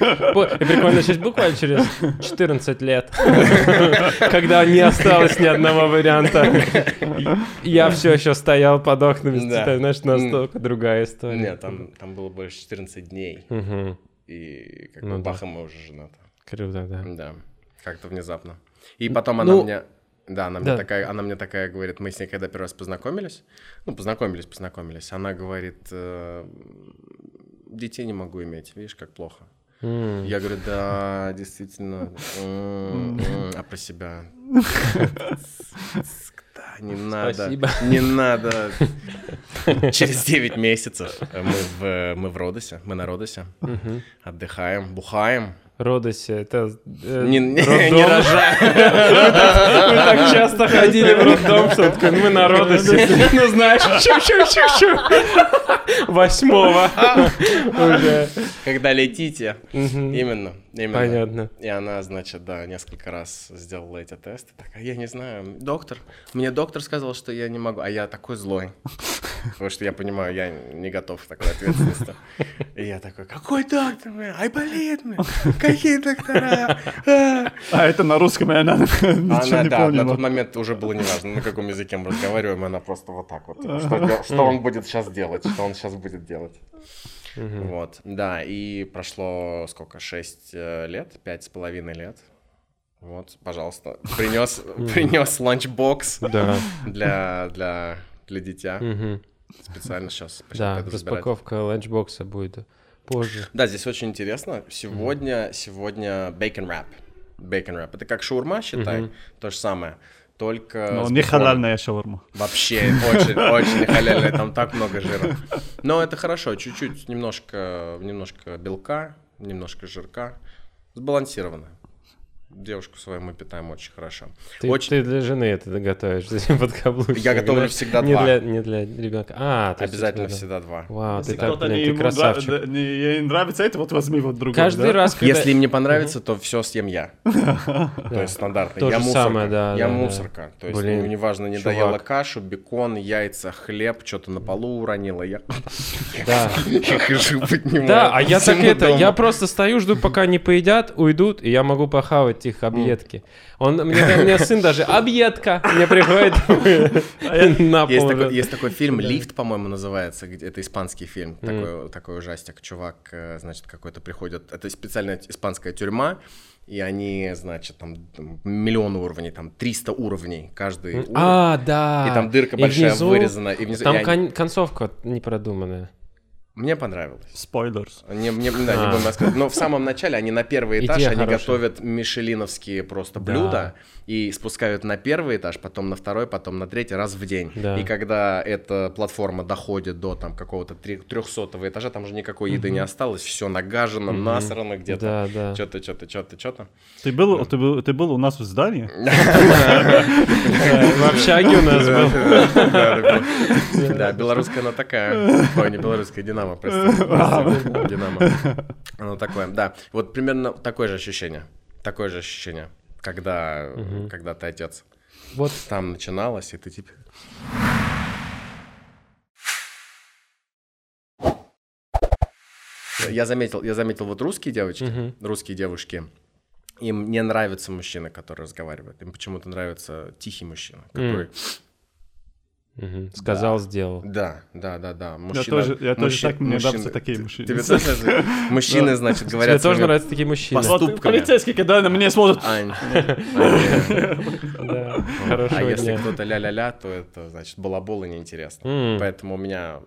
Speaker 1: Бу- И прикольно, сейчас буквально через 14 лет, *laughs* когда не осталось ни одного варианта, я все еще стоял под окнами,
Speaker 2: Да.
Speaker 1: ты знаешь, настолько другая история.
Speaker 2: Нет, там, там было больше 14 дней.
Speaker 1: Мгм.
Speaker 2: И как
Speaker 1: Ну
Speaker 2: бы
Speaker 1: да.
Speaker 2: бахом мы уже женаты.
Speaker 1: Круто, да.
Speaker 2: Да, как-то внезапно. И потом она
Speaker 1: ну,
Speaker 2: мне... Да, она мне,
Speaker 1: да.
Speaker 2: такая, она мне такая говорит, мы с ней когда первый раз познакомились, ну, познакомились, познакомились, она говорит, э, детей не могу иметь, видишь, как плохо.
Speaker 1: М.
Speaker 2: Я говорю, да, действительно. М, м, А про себя? Да, не надо.
Speaker 1: Спасибо.
Speaker 2: Не надо. Через 9 месяцев мы в, мы в Родосе, мы на Родосе. Отдыхаем, бухаем.
Speaker 1: Родосе, это... э,
Speaker 2: Не, не-
Speaker 1: роддом.
Speaker 2: не рожаем.
Speaker 1: Мы так часто ходили в роддом, что такой, мы на Родосе. *laughs* Ну, знаешь, чу-чу-чу-чу.
Speaker 2: *laughs*
Speaker 1: Восьмого уже.
Speaker 2: Когда летите.
Speaker 1: Мгм.
Speaker 2: Именно, именно.
Speaker 1: Понятно.
Speaker 2: И она, значит, да, несколько раз сделала эти тесты. Такая, я не знаю, доктор. Мне доктор сказал, что я не могу. А я такой злой. Потому что я понимаю, я не готов к такой *laughs* ответственности. И я такой, какой доктор, блин? Ай, болит, *laughs* блин. Какие доктора? А!»
Speaker 3: А это на русском, и она ничего *laughs*
Speaker 2: Она,
Speaker 3: не
Speaker 2: А,
Speaker 3: Ну,
Speaker 2: да, на тот
Speaker 3: помнила.
Speaker 2: момент уже было неважно, на каком языке мы разговариваем, и она просто вот так *laughs* вот. Что, дел- что он будет сейчас делать? Что он сейчас будет делать? Вот, да, и прошло сколько, 6 лет, пять с половиной лет. Вот,
Speaker 1: *laughs*
Speaker 2: пожалуйста, принес, принес ланчбокс
Speaker 1: Да.
Speaker 2: для, для, для дитя.
Speaker 1: Мгм.
Speaker 2: Специально сейчас
Speaker 1: Да, распаковка ланчбокса будет позже.
Speaker 2: Да, здесь очень интересно. Сегодня, сегодня бейкон рэп. Бейкон рэп. Это как шаурма, считай, то же самое. Только...
Speaker 3: Но
Speaker 2: с
Speaker 3: не
Speaker 2: беконом.
Speaker 3: халальная шаурма.
Speaker 2: Вообще, очень, очень халяльная, там так много жира. Но это хорошо, чуть-чуть, немножко, немножко белка, немножко жирка, сбалансированно. Девушку свою мы питаем очень хорошо.
Speaker 1: Ты,
Speaker 2: очень
Speaker 1: ты для жены это готовишь, *laughs* зачем подкаблучник?
Speaker 2: Я готовлю
Speaker 1: знаешь?
Speaker 2: всегда
Speaker 1: не
Speaker 2: два.
Speaker 1: Для, не для ребенка. А, то есть
Speaker 2: обязательно
Speaker 1: у тебя-
Speaker 2: всегда два.
Speaker 1: Вау,
Speaker 3: Если
Speaker 1: А, ты так,
Speaker 3: кто-то
Speaker 1: блин,
Speaker 3: не
Speaker 1: ты
Speaker 3: ему нрав-
Speaker 1: красавчик.
Speaker 3: да, не- ей не нравится это, вот возьми вот другой.
Speaker 1: Каждый раз, когда...
Speaker 2: Если им не понравится, то все съем я. То есть стандартно.
Speaker 1: То
Speaker 2: я
Speaker 1: же
Speaker 2: мусорка.
Speaker 1: самое, да,
Speaker 2: я
Speaker 1: да, да.
Speaker 2: мусорка. То есть
Speaker 1: Блин,
Speaker 2: ну, неважно, не
Speaker 1: чувак.
Speaker 2: доела кашу, бекон, яйца, хлеб, что-то на полу уронила. Я *laughs*
Speaker 1: Да.
Speaker 2: их и жить не могу.
Speaker 1: Да, а я так
Speaker 2: Всему
Speaker 1: это,
Speaker 2: дома.
Speaker 1: я просто стою, жду, пока не поедят, уйдут, и я могу похавать их объедки. Он, мне, у меня сын даже, объедка, мне
Speaker 3: *laughs*
Speaker 1: приходит
Speaker 3: А
Speaker 1: *laughs* на пол.
Speaker 2: Есть такой,
Speaker 1: уже.
Speaker 2: есть
Speaker 1: *laughs*
Speaker 2: такой фильм «Лифт», по-моему, называется. где- Это испанский фильм, такой, такой ужастик. Чувак, э, значит, какой-то приходит... Это специальная испанская тюрьма, и они, значит, там, там миллион уровней, там 300 уровней каждый уровень.
Speaker 1: А, да.
Speaker 2: И там дырка большая
Speaker 1: внизу-
Speaker 2: вырезана, и внизу- и
Speaker 1: Там
Speaker 2: они-
Speaker 1: кон- концовка не продуманная.
Speaker 2: Мне понравилось.
Speaker 3: Спойлерс.
Speaker 2: Не, мне, да, не будем рассказывать. Но в самом начале они на первый этаж,
Speaker 1: А. Идея
Speaker 2: они
Speaker 1: хорошая.
Speaker 2: готовят мишелиновские просто
Speaker 1: Да.
Speaker 2: блюда и спускают на первый этаж, потом на второй, потом на третий раз в день.
Speaker 1: Да.
Speaker 2: И когда эта платформа доходит до там какого-то три- 300 этажа, там уже никакой еды не осталось, все нагажено,
Speaker 1: Мгм.
Speaker 2: насрано где-то.
Speaker 1: Да, да.
Speaker 2: Что-то, что-то, что-то,
Speaker 1: *laughs*
Speaker 2: что-то.
Speaker 3: Ты был, ты был, ты был у нас в здании?
Speaker 1: Да, В общаге у нас был.
Speaker 2: Да, белорусская она такая. Ой, не белорусская, Динамо, прости. Динамо. Оно такое, да. Вот примерно такое же ощущение. Такое же ощущение, когда, когда ты отец.
Speaker 1: Вот
Speaker 2: Там начиналось, и ты типа... Я заметил, я заметил вот русские девочки,
Speaker 1: Мгм.
Speaker 2: русские девушки, им не нравятся мужчины, которые разговаривают. Им почему-то нравится тихий мужчина, который
Speaker 1: мгм, сказал, сделал.
Speaker 2: да, да, да, да. Мужчина,
Speaker 3: тоже- я тоже так, мне
Speaker 2: мужчина-
Speaker 3: нравятся такие
Speaker 2: Т-
Speaker 3: мужчины.
Speaker 2: Тебе тоже
Speaker 3: *laughs*
Speaker 2: нравятся? Мужчины, значит, говорят
Speaker 1: Тебе тоже
Speaker 2: своими-
Speaker 1: нравятся такие мужчины.
Speaker 2: Пос-
Speaker 3: Вот
Speaker 2: Поступками.
Speaker 3: полицейский, когда на меня смотрят.
Speaker 2: Ань. Ань,
Speaker 1: Да.
Speaker 2: э, А
Speaker 1: Хорошего
Speaker 2: если
Speaker 1: дня.
Speaker 2: кто-то ля-ля-ля, то это, значит, балаболы неинтересно.
Speaker 1: М.
Speaker 2: Поэтому у меня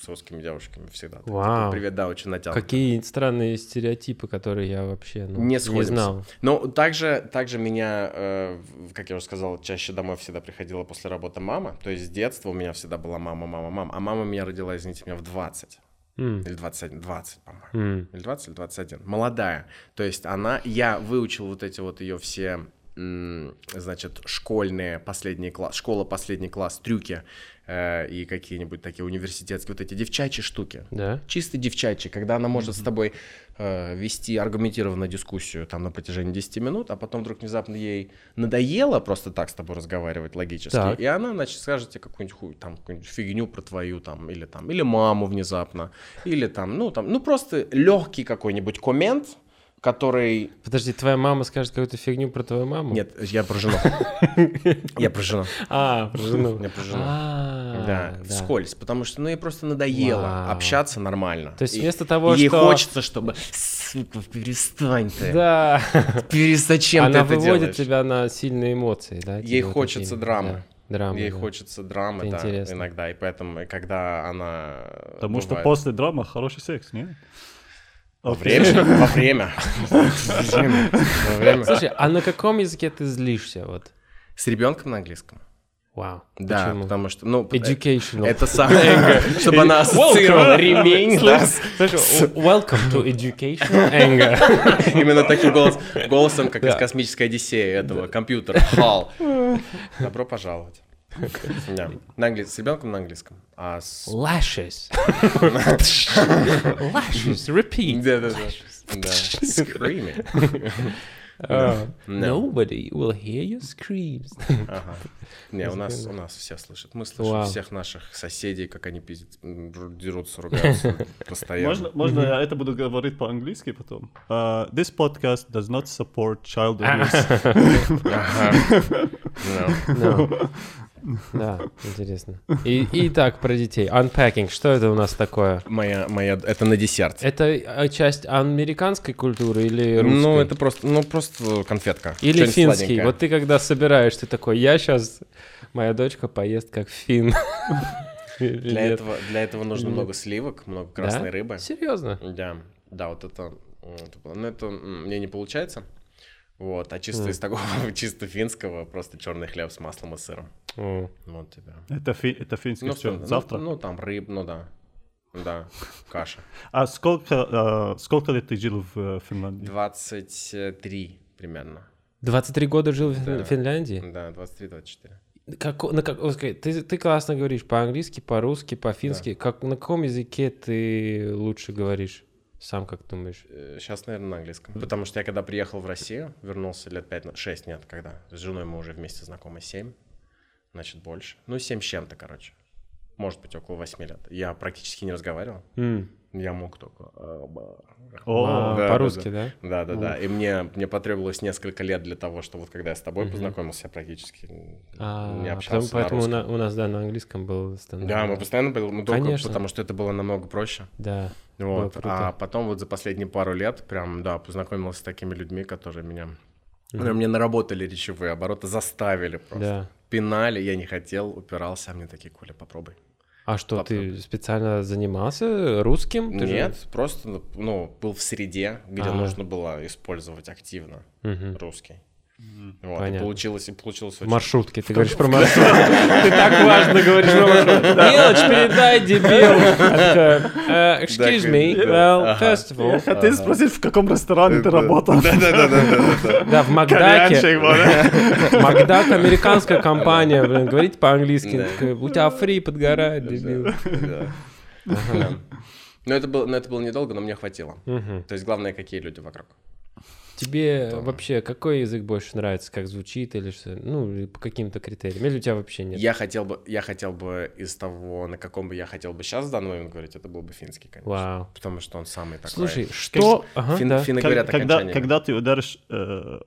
Speaker 2: с русскими девушками всегда. так, типа,
Speaker 1: Вау.
Speaker 2: Привет, да, очень натянут.
Speaker 1: Какие странные стереотипы, которые я вообще ну,
Speaker 2: Не
Speaker 1: не
Speaker 2: сходимся.
Speaker 1: знал.
Speaker 2: Но Ну, также, также меня, э, в- как я уже сказал, чаще домой всегда приходила после работы мама. То есть с детства у меня всегда была мама, мама, мама. А мама меня родила, извините меня, в 20.
Speaker 1: М,
Speaker 2: Или 21, 20, по-моему.
Speaker 1: м,
Speaker 2: или 20, или 21, молодая. То есть она, я выучил вот эти вот ее все, м, значит, школьные последний класс, школа последний класс, трюки э, и какие-нибудь такие университетские вот эти девчачьи штуки.
Speaker 1: Да?
Speaker 2: Чисто девчачьи, когда она может с тобой э, вести аргументированную дискуссию там на протяжении 10 минут, а потом вдруг внезапно ей надоело просто так с тобой разговаривать логически,
Speaker 1: Так.
Speaker 2: и она, значит, скажет тебе какую-нибудь хуй- там какую-нибудь фигню про твою там, или там, или маму внезапно, или там, ну там, ну просто легкий какой-нибудь коммент, который...
Speaker 1: Подожди, твоя мама скажет какую-то фигню про твою маму?
Speaker 2: Нет, я про
Speaker 1: *laughs*
Speaker 2: жену. Я про жену.
Speaker 1: А, про жену. А,
Speaker 2: Я про жену.
Speaker 1: Да,
Speaker 2: Да, вскользь, потому что, ну, ей просто надоело
Speaker 1: Вау.
Speaker 2: общаться нормально.
Speaker 1: То есть
Speaker 2: И-
Speaker 1: вместо того,
Speaker 2: ей
Speaker 1: что-
Speaker 2: хочется, чтобы, сука, перестань ты,
Speaker 1: Да.
Speaker 2: перест- зачем
Speaker 1: Она
Speaker 2: ты это
Speaker 1: выводит
Speaker 2: делаешь?
Speaker 1: тебя на сильные эмоции, да?
Speaker 2: Ей
Speaker 1: тебе вот
Speaker 2: хочется
Speaker 1: такие,
Speaker 2: драмы.
Speaker 1: да, драмы,
Speaker 2: Ей
Speaker 1: да.
Speaker 2: хочется драмы,
Speaker 1: Это
Speaker 2: да,
Speaker 1: интересно.
Speaker 2: иногда, и поэтому, и когда она...
Speaker 3: *laughs* Потому что
Speaker 2: бывает-
Speaker 3: после драмы хороший секс, не? А
Speaker 1: *laughs*
Speaker 2: Во время, во время. Во время.
Speaker 1: Слушай, а на каком языке ты злишься? Вот.
Speaker 2: С ребенком на английском.
Speaker 1: Вау.
Speaker 2: Да,
Speaker 1: Почему?
Speaker 2: потому что, ну,
Speaker 1: Educational.
Speaker 2: это самое, чтобы она ассоциировала ремень, да,
Speaker 1: *laughs* Слушай, welcome to educational
Speaker 2: *laughs*
Speaker 1: anger.
Speaker 2: Именно таким голос- голосом, как из
Speaker 1: Да.
Speaker 2: космической Одиссеи этого
Speaker 1: *laughs*
Speaker 2: компьютера. Хал. Добро пожаловать. Да. На английском, с ребенком на английском. А с... *laughs*
Speaker 1: Lashes. Lashes, repeat.
Speaker 2: Да, да, да.
Speaker 1: *laughs*
Speaker 2: Да. Screaming.
Speaker 1: Uh, Nobody will hear your screams.
Speaker 2: Ага. Не, у нас, у нас все слышат. Мы слышим
Speaker 1: Вау.
Speaker 2: всех наших соседей, как они пиздят, м, ру-
Speaker 1: *laughs*
Speaker 2: дерутся, ругаются постоянно.
Speaker 3: Можно, можно я это буду говорить по-английски потом? Uh, this podcast does not support child abuse.
Speaker 2: Да. *laughs*
Speaker 1: No. Да, интересно. И, и так про детей. Unpacking, что это у нас такое?
Speaker 2: Моя, моя, это на десерт.
Speaker 1: Это э, часть американской культуры или русской?
Speaker 2: Ну, это просто, ну, просто конфетка.
Speaker 1: Или
Speaker 2: Что-нибудь
Speaker 1: финский.
Speaker 2: сладенькое.
Speaker 1: Вот ты когда собираешь, ты такой, я сейчас, моя дочка поест как фин.
Speaker 2: Для этого, для этого нужно много сливок, много красной рыбы.
Speaker 1: Серьезно?
Speaker 2: Да, да, вот это, м, это было. но это м, мне не получается. Вот, а чисто из такого, *laughs* чисто финского, просто черный хлеб с маслом и сыром.
Speaker 1: О,
Speaker 2: Вот тебе.
Speaker 3: Это, фи- это финский
Speaker 2: всё,
Speaker 3: чё, завтра.
Speaker 2: Ну, там рыб, ну да. Да, каша.
Speaker 3: А сколько, э, сколько лет ты жил в э, Финляндии?
Speaker 2: 23 примерно.
Speaker 1: 23 года жил в Фин-
Speaker 2: Да.
Speaker 1: Финляндии?
Speaker 2: Да, 23-24.
Speaker 1: Како- на как- вот скажи, ты, ты классно говоришь по-английски, по-русски, по-фински. Как, на каком языке ты лучше говоришь? Сам как думаешь?
Speaker 2: Сейчас, Э, наверное, на английском. Потому что я когда приехал в Россию, вернулся лет 5, 6, нет, когда. С женой мы уже вместе знакомы 7, значит, больше. Ну, 7 с чем-то, короче. Может быть, около 8 лет. Я практически не разговаривал.
Speaker 1: М,
Speaker 2: Я мог только... а, ба.
Speaker 1: а,
Speaker 3: О,
Speaker 2: да,
Speaker 1: По-русски, да?
Speaker 2: Да, да, да. И мне, мне потребовалось несколько лет для того, что вот когда я с тобой познакомился, я практически н-
Speaker 1: А,
Speaker 2: не
Speaker 1: потому-
Speaker 2: общался на
Speaker 1: Поэтому у
Speaker 2: русском.
Speaker 1: на- у нас, да, на английском был стандарт.
Speaker 2: Да, мы постоянно были, мы только
Speaker 1: Конечно.
Speaker 2: потому что это было намного проще.
Speaker 1: Да.
Speaker 2: Вот.
Speaker 1: Было круто.
Speaker 2: а потом вот за последние пару лет прям, да, познакомился с такими людьми, которые меня... ну, Мне наработали речевые обороты, заставили просто.
Speaker 1: Да.
Speaker 2: Пинали, я не хотел, упирался, а мне такие, Коля, попробуй.
Speaker 1: А что, ты специально занимался русским? Ну, Ты же-
Speaker 2: Нет, просто, ну, был в среде, где
Speaker 1: А.
Speaker 2: нужно было использовать активно
Speaker 1: Мгм.
Speaker 2: русский. Вот, и
Speaker 1: Понятно.
Speaker 2: получилось, и получилось
Speaker 1: В
Speaker 2: очень...
Speaker 1: маршрутке, ты говоришь про маршрутку. Ты так важно говоришь про маршрутку. Мелочь передай, дебил. Она А такая, «Э, Excuse
Speaker 2: Да,
Speaker 1: me,
Speaker 2: да.
Speaker 1: well,
Speaker 2: Ага.
Speaker 1: first of all».
Speaker 3: А ты спросил, в каком ресторане ты работал?
Speaker 2: Да-да-да.
Speaker 1: Да, в Макдаке.
Speaker 3: Кальянщик, бля.
Speaker 1: Макдак, американская компания, блин, говорите по-английски.
Speaker 2: Да.
Speaker 1: Такая, У тебя фри подгорает, дебил.
Speaker 2: Но это было, но это было недолго, но мне хватило.
Speaker 1: Мгм.
Speaker 2: То есть главное, какие люди вокруг.
Speaker 1: Тебе вообще какой язык больше нравится, как звучит или что? Ну, или по каким-то критериям. Или у тебя вообще нет?
Speaker 2: Я хотел бы, я хотел бы из того, на каком бы я хотел бы сейчас в данный момент говорить, это был бы финский, конечно.
Speaker 1: Вау.
Speaker 2: Потому что он самый такой.
Speaker 1: Слушай, что... Ага,
Speaker 2: Фин- *laughs*
Speaker 1: да.
Speaker 2: финны
Speaker 3: Когда-
Speaker 2: говорят
Speaker 3: Когда
Speaker 2: окончаниями.
Speaker 3: когда ты ударишь, э,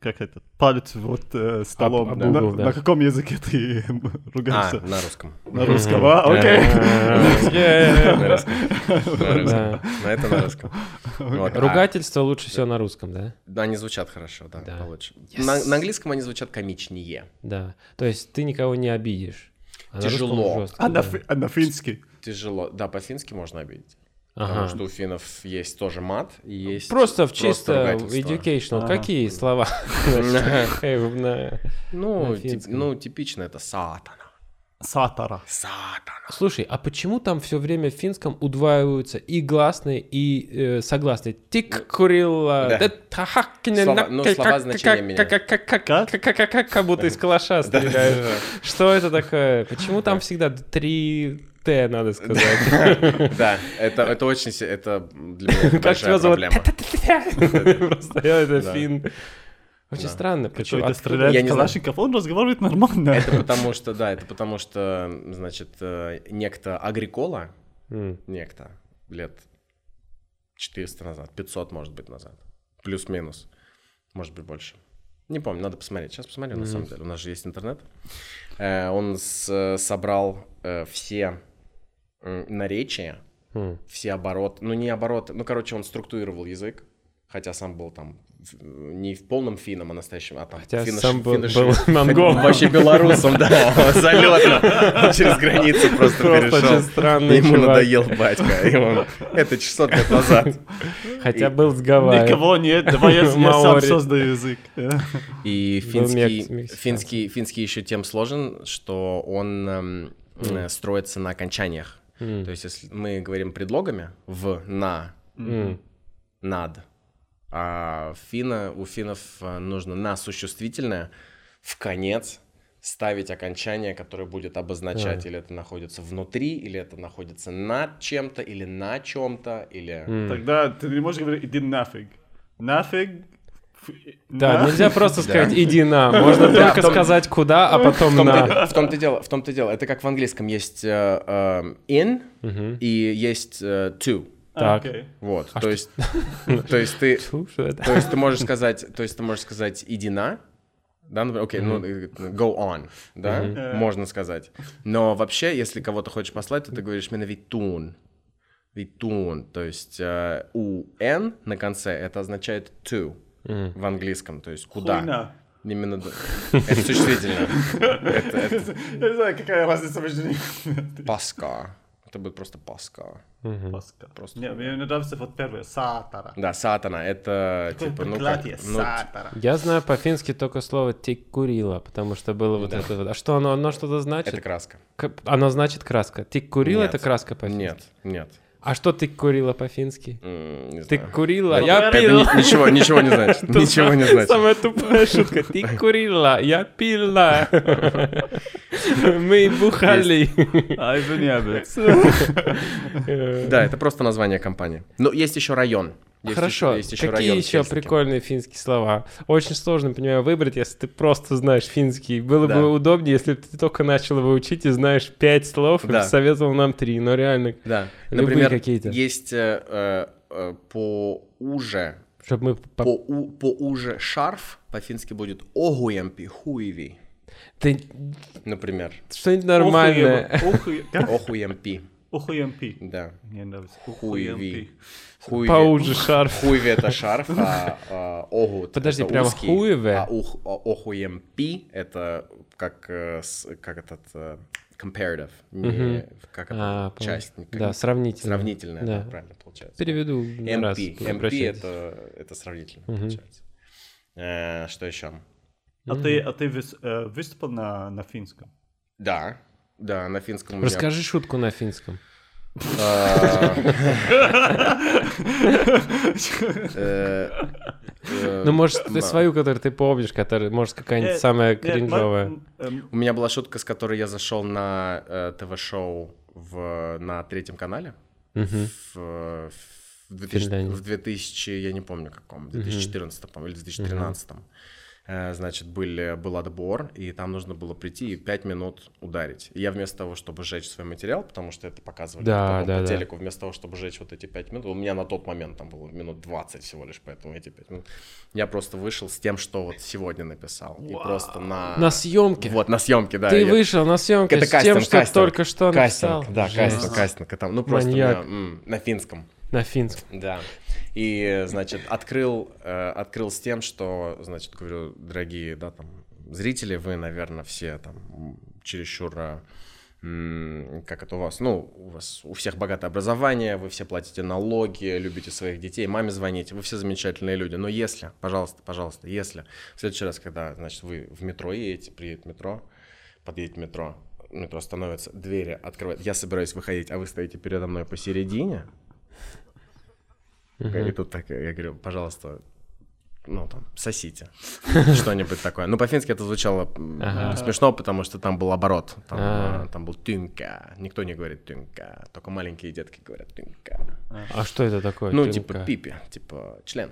Speaker 3: как это, палец вот э, столом,
Speaker 1: об
Speaker 3: на
Speaker 1: угол, да.
Speaker 3: на каком языке ты
Speaker 2: А,
Speaker 3: ругаешься?
Speaker 2: на русском.
Speaker 3: На русском, а? Окей.
Speaker 1: Э,
Speaker 2: На русском. На
Speaker 3: *laughs*
Speaker 1: Да.
Speaker 2: русском. На это на русском. Вот,
Speaker 1: *laughs*
Speaker 2: а,
Speaker 1: Ругательство лучше всего на русском, да?
Speaker 2: Да, они звучат хорошо, да,
Speaker 1: Да.
Speaker 2: получше. На на английском они звучат комичнее.
Speaker 1: Да. То есть ты никого не обидишь. А на
Speaker 2: Тяжело.
Speaker 1: русском жестко,
Speaker 3: А на
Speaker 1: да.
Speaker 3: фи- а на финский?
Speaker 2: Тяжело. Да, по-фински можно обидеть. Потому
Speaker 1: Ага.
Speaker 2: что у финнов есть тоже мат и есть... *laughs*
Speaker 1: Просто в чисто
Speaker 2: ругательство.
Speaker 1: educational.
Speaker 3: Ага.
Speaker 1: Какие слова?
Speaker 2: *laughs*
Speaker 1: Эй, вы на-
Speaker 2: Ну,
Speaker 1: На
Speaker 2: тип-
Speaker 1: финском.
Speaker 2: ну, типично это сатана.
Speaker 3: Сатара.
Speaker 2: Сатана.
Speaker 1: Слушай, а почему там все время в финском удваиваются и гласные, и э, согласные? Тик курила.
Speaker 2: Да.
Speaker 1: да тахакине,
Speaker 2: Слова-
Speaker 1: накэ,
Speaker 2: ну,
Speaker 1: как-
Speaker 2: слова
Speaker 1: как-
Speaker 2: значения
Speaker 1: как-
Speaker 2: меняют.
Speaker 1: как- как- как- как- как- как- Как будто
Speaker 2: *laughs*
Speaker 1: из калаша стреляют. Что это такое? Почему там всегда три Т, надо сказать?
Speaker 2: Да, это, это очень... се- Это для меня это
Speaker 1: Как тебя
Speaker 2: большая
Speaker 1: зовут?
Speaker 2: проблема. *laughs*
Speaker 1: Просто я это
Speaker 2: Да.
Speaker 1: фин. Очень
Speaker 2: Да.
Speaker 1: странно. Почему?
Speaker 3: Человек
Speaker 1: Откуда-
Speaker 3: стреляет
Speaker 2: Я
Speaker 3: в
Speaker 2: не знаю.
Speaker 3: калашников, он разговаривает *laughs* нормально.
Speaker 2: Это потому что, да, это потому что, значит, э, некто Агрикола,
Speaker 1: М.
Speaker 2: некто лет 400 назад, 500, может быть, назад. Плюс-минус. Может быть, больше. Не помню, надо посмотреть. Сейчас посмотрю, на самом деле. У нас же есть интернет. Э, Он с- собрал э, все м, наречия,
Speaker 1: М.
Speaker 2: все обороты. Ну, не обороты. Ну, короче, он структурировал язык. Хотя сам был там в- не в полном финном, а настоящем, а там
Speaker 1: Хотя
Speaker 2: финно-
Speaker 1: сам был-
Speaker 2: финно-
Speaker 1: был монголом.
Speaker 2: Вообще белорусом,
Speaker 1: *laughs*
Speaker 2: да, залетно. Через границу просто
Speaker 1: Просто очень
Speaker 2: перешел.
Speaker 1: странный
Speaker 2: Ему
Speaker 1: чувак.
Speaker 2: надоел батька, и он... Это 600 лет назад.
Speaker 1: Хотя был с Гавайи.
Speaker 3: Никого нет, давай я я сам
Speaker 1: Маори.
Speaker 3: создаю
Speaker 2: *laughs*
Speaker 3: язык. Э,
Speaker 2: И
Speaker 1: Был
Speaker 2: финский,
Speaker 1: мекс- мексиканцем.
Speaker 2: финский, финский еще тем сложен, что он эм, э, строится на окончаниях.
Speaker 1: М.
Speaker 2: То есть, если мы говорим предлогами в, на,
Speaker 1: М.
Speaker 2: над, а финна- у финнов э, нужно на существительное в конец ставить окончание, которое будет обозначать, или это находится внутри, или это находится над чем-то, или на чем-то, или...
Speaker 3: Тогда ты не можешь говорить иди нафиг. Нафиг. ф-
Speaker 1: Да,
Speaker 3: на-
Speaker 1: нельзя
Speaker 2: *laughs*
Speaker 1: просто сказать «иди на». Можно только сказать «куда», а потом
Speaker 2: В том-то-
Speaker 1: «на».
Speaker 2: В том-то и дело, в том-то и дело. Это как в английском есть э, э, in и есть э, to.
Speaker 1: Так.
Speaker 3: А, Окей.
Speaker 2: Вот, то есть, *laughs* то есть ты,
Speaker 1: Тьфу, что это?
Speaker 2: то есть ты можешь сказать, то есть ты можешь сказать иди на, да, например, окей, ну э, go on, да, можно сказать. Но вообще, если кого-то хочешь послать, то ты говоришь именно витун, витун, то есть э, у n на конце это означает to в английском, то есть куда.
Speaker 3: Хуйна.
Speaker 2: Именно да. это существительное.
Speaker 3: *laughs* Я не знаю, какая разница между ними.
Speaker 2: Паска. Это будет просто паска.
Speaker 3: Паска.
Speaker 2: Просто.
Speaker 3: Не, мне нравится вот первое. Сатара.
Speaker 2: Да, сатана, это типа, ну как,
Speaker 3: Проклятие.
Speaker 2: ну, *laughs*
Speaker 3: Сатара.
Speaker 1: Я знаю по-фински только слово «тиккурила», потому что было вот это вот. А что оно? Оно что-то
Speaker 2: это
Speaker 1: значит?
Speaker 2: краска.
Speaker 1: К- Оно значит краска. «Тиккурила» —
Speaker 2: Нет.
Speaker 1: это краска по-фински?
Speaker 2: Нет, нет.
Speaker 1: А что «тиккурила» по-фински?
Speaker 2: М, не знаю.
Speaker 1: «Тиккурила»,
Speaker 2: Ну,
Speaker 1: я
Speaker 2: это
Speaker 1: пила.
Speaker 2: ни- Ничего, ничего
Speaker 1: *laughs*
Speaker 2: не значит. Ничего не значит.
Speaker 1: Самая тупая шутка. Ты
Speaker 2: *laughs*
Speaker 1: курила, я пила. Мы бухали.
Speaker 3: Ай, вы не обед.
Speaker 2: *laughs* Да, это просто название компании. Но есть еще район. Есть
Speaker 1: Хорошо,
Speaker 2: еще- есть еще
Speaker 1: какие
Speaker 2: район
Speaker 1: еще
Speaker 2: финский.
Speaker 1: прикольные финские слова? Очень сложно, понимаю, выбрать, если ты просто знаешь финский. Было
Speaker 2: Да.
Speaker 1: бы удобнее, если бы ты только начал его учить и знаешь пять слов,
Speaker 2: Да.
Speaker 1: и советовал нам три, но реально,
Speaker 2: Да.
Speaker 1: Любые
Speaker 2: Например,
Speaker 1: какие-то.
Speaker 2: есть э, э, э, поуже,
Speaker 1: чтобы мы... по-
Speaker 2: поу- поуже шарф по-фински будет огуемпи хуеви,
Speaker 1: Ты
Speaker 2: например.
Speaker 1: что-нибудь нормальное.
Speaker 2: Охуемпи,
Speaker 3: Ухуемпи.
Speaker 2: да.
Speaker 3: Мне нравится.
Speaker 2: Хуеви.
Speaker 3: Ухуемпи.
Speaker 2: Хуеви.
Speaker 1: Паужи шарф.
Speaker 2: Хуеве это шарф, а, а, огут
Speaker 1: Подожди,
Speaker 2: это
Speaker 1: прямо
Speaker 2: узкий,
Speaker 1: хуеве?
Speaker 2: А ух, а охуемпи это как, э, с- как этот э, comparative, не- *laughs* как это,
Speaker 1: А, понял.
Speaker 2: часть, как-
Speaker 1: Да, сравнительно.
Speaker 2: сравнительная, да,
Speaker 1: Да.
Speaker 2: правильно получается.
Speaker 1: Переведу на раз.
Speaker 2: MP, MP
Speaker 1: обращайтесь.
Speaker 2: это, это сравнительно получается. Э, Что еще?
Speaker 3: А ты, а ты выс- э, выступал на, на финском?
Speaker 2: Да, да, на финском у меня- а,
Speaker 1: Расскажи шутку на финском. *laughs*
Speaker 2: Э, э,
Speaker 1: Ну, может, ты
Speaker 2: ма-
Speaker 1: свою, которую ты помнишь, которая, может, какая-нибудь
Speaker 3: Э,
Speaker 1: самая
Speaker 3: Нет, м-
Speaker 1: кринжовая.
Speaker 3: м- эм,
Speaker 2: У меня была шутка, с которой я зашел на э, ТВ-шоу в- на третьем канале.
Speaker 1: Мгм.
Speaker 2: В, э, в 2000,
Speaker 1: Финляндии.
Speaker 2: в 2000, я не помню каком, в 2014 по-моему, или 2013. Э, Значит, были, был отбор, и там нужно было прийти и 5 минут ударить. И я вместо того, чтобы сжечь свой материал, потому что это показывали
Speaker 1: Да,
Speaker 2: потом
Speaker 1: да,
Speaker 2: по
Speaker 1: да.
Speaker 2: телеку, вместо того, чтобы сжечь вот эти 5 минут, у меня на тот момент там было минут 20 всего лишь, поэтому эти 5 минут. Я просто вышел с тем, что вот сегодня написал. И просто на...
Speaker 1: На съемке.
Speaker 2: Вот, на съемке, да.
Speaker 1: Ты
Speaker 2: я-
Speaker 1: вышел на съемке
Speaker 2: Это
Speaker 1: с
Speaker 2: кастинг,
Speaker 1: тем, что
Speaker 2: кастинг.
Speaker 1: только что
Speaker 2: Кастинг,
Speaker 1: написал.
Speaker 2: да,
Speaker 1: Жесть.
Speaker 2: кастинг, кастинг. и Там, ну, просто у меня,
Speaker 1: Маньяк.
Speaker 2: м, на финском,
Speaker 1: На финском.
Speaker 2: да. И, значит, открыл, э, открыл с тем, что, значит, говорю, дорогие, да, там, зрители, вы, наверное, все там м, чересчур э, м, как это у вас, ну, у вас у всех богатое образование, вы все платите налоги, любите своих детей, маме звоните, вы все замечательные люди, но если, пожалуйста, пожалуйста, если в следующий раз, когда, значит, вы в метро едете, приедет метро, подъедет метро, метро становится, двери открывают, я собираюсь выходить, а вы стоите передо мной посередине, и тут так, я говорю, пожалуйста, ну там,
Speaker 1: *laughs*
Speaker 2: сосите. Что-нибудь такое. Ну, по-фински это звучало м,
Speaker 1: Ага.
Speaker 2: смешно, потому что там был оборот. Там,
Speaker 1: А.
Speaker 2: э, там был тюнка. Никто не говорит тюнка. Только маленькие детки говорят тюнка.
Speaker 1: А что это такое?
Speaker 2: Ну,
Speaker 1: тюнка?
Speaker 2: типа пипи, типа член.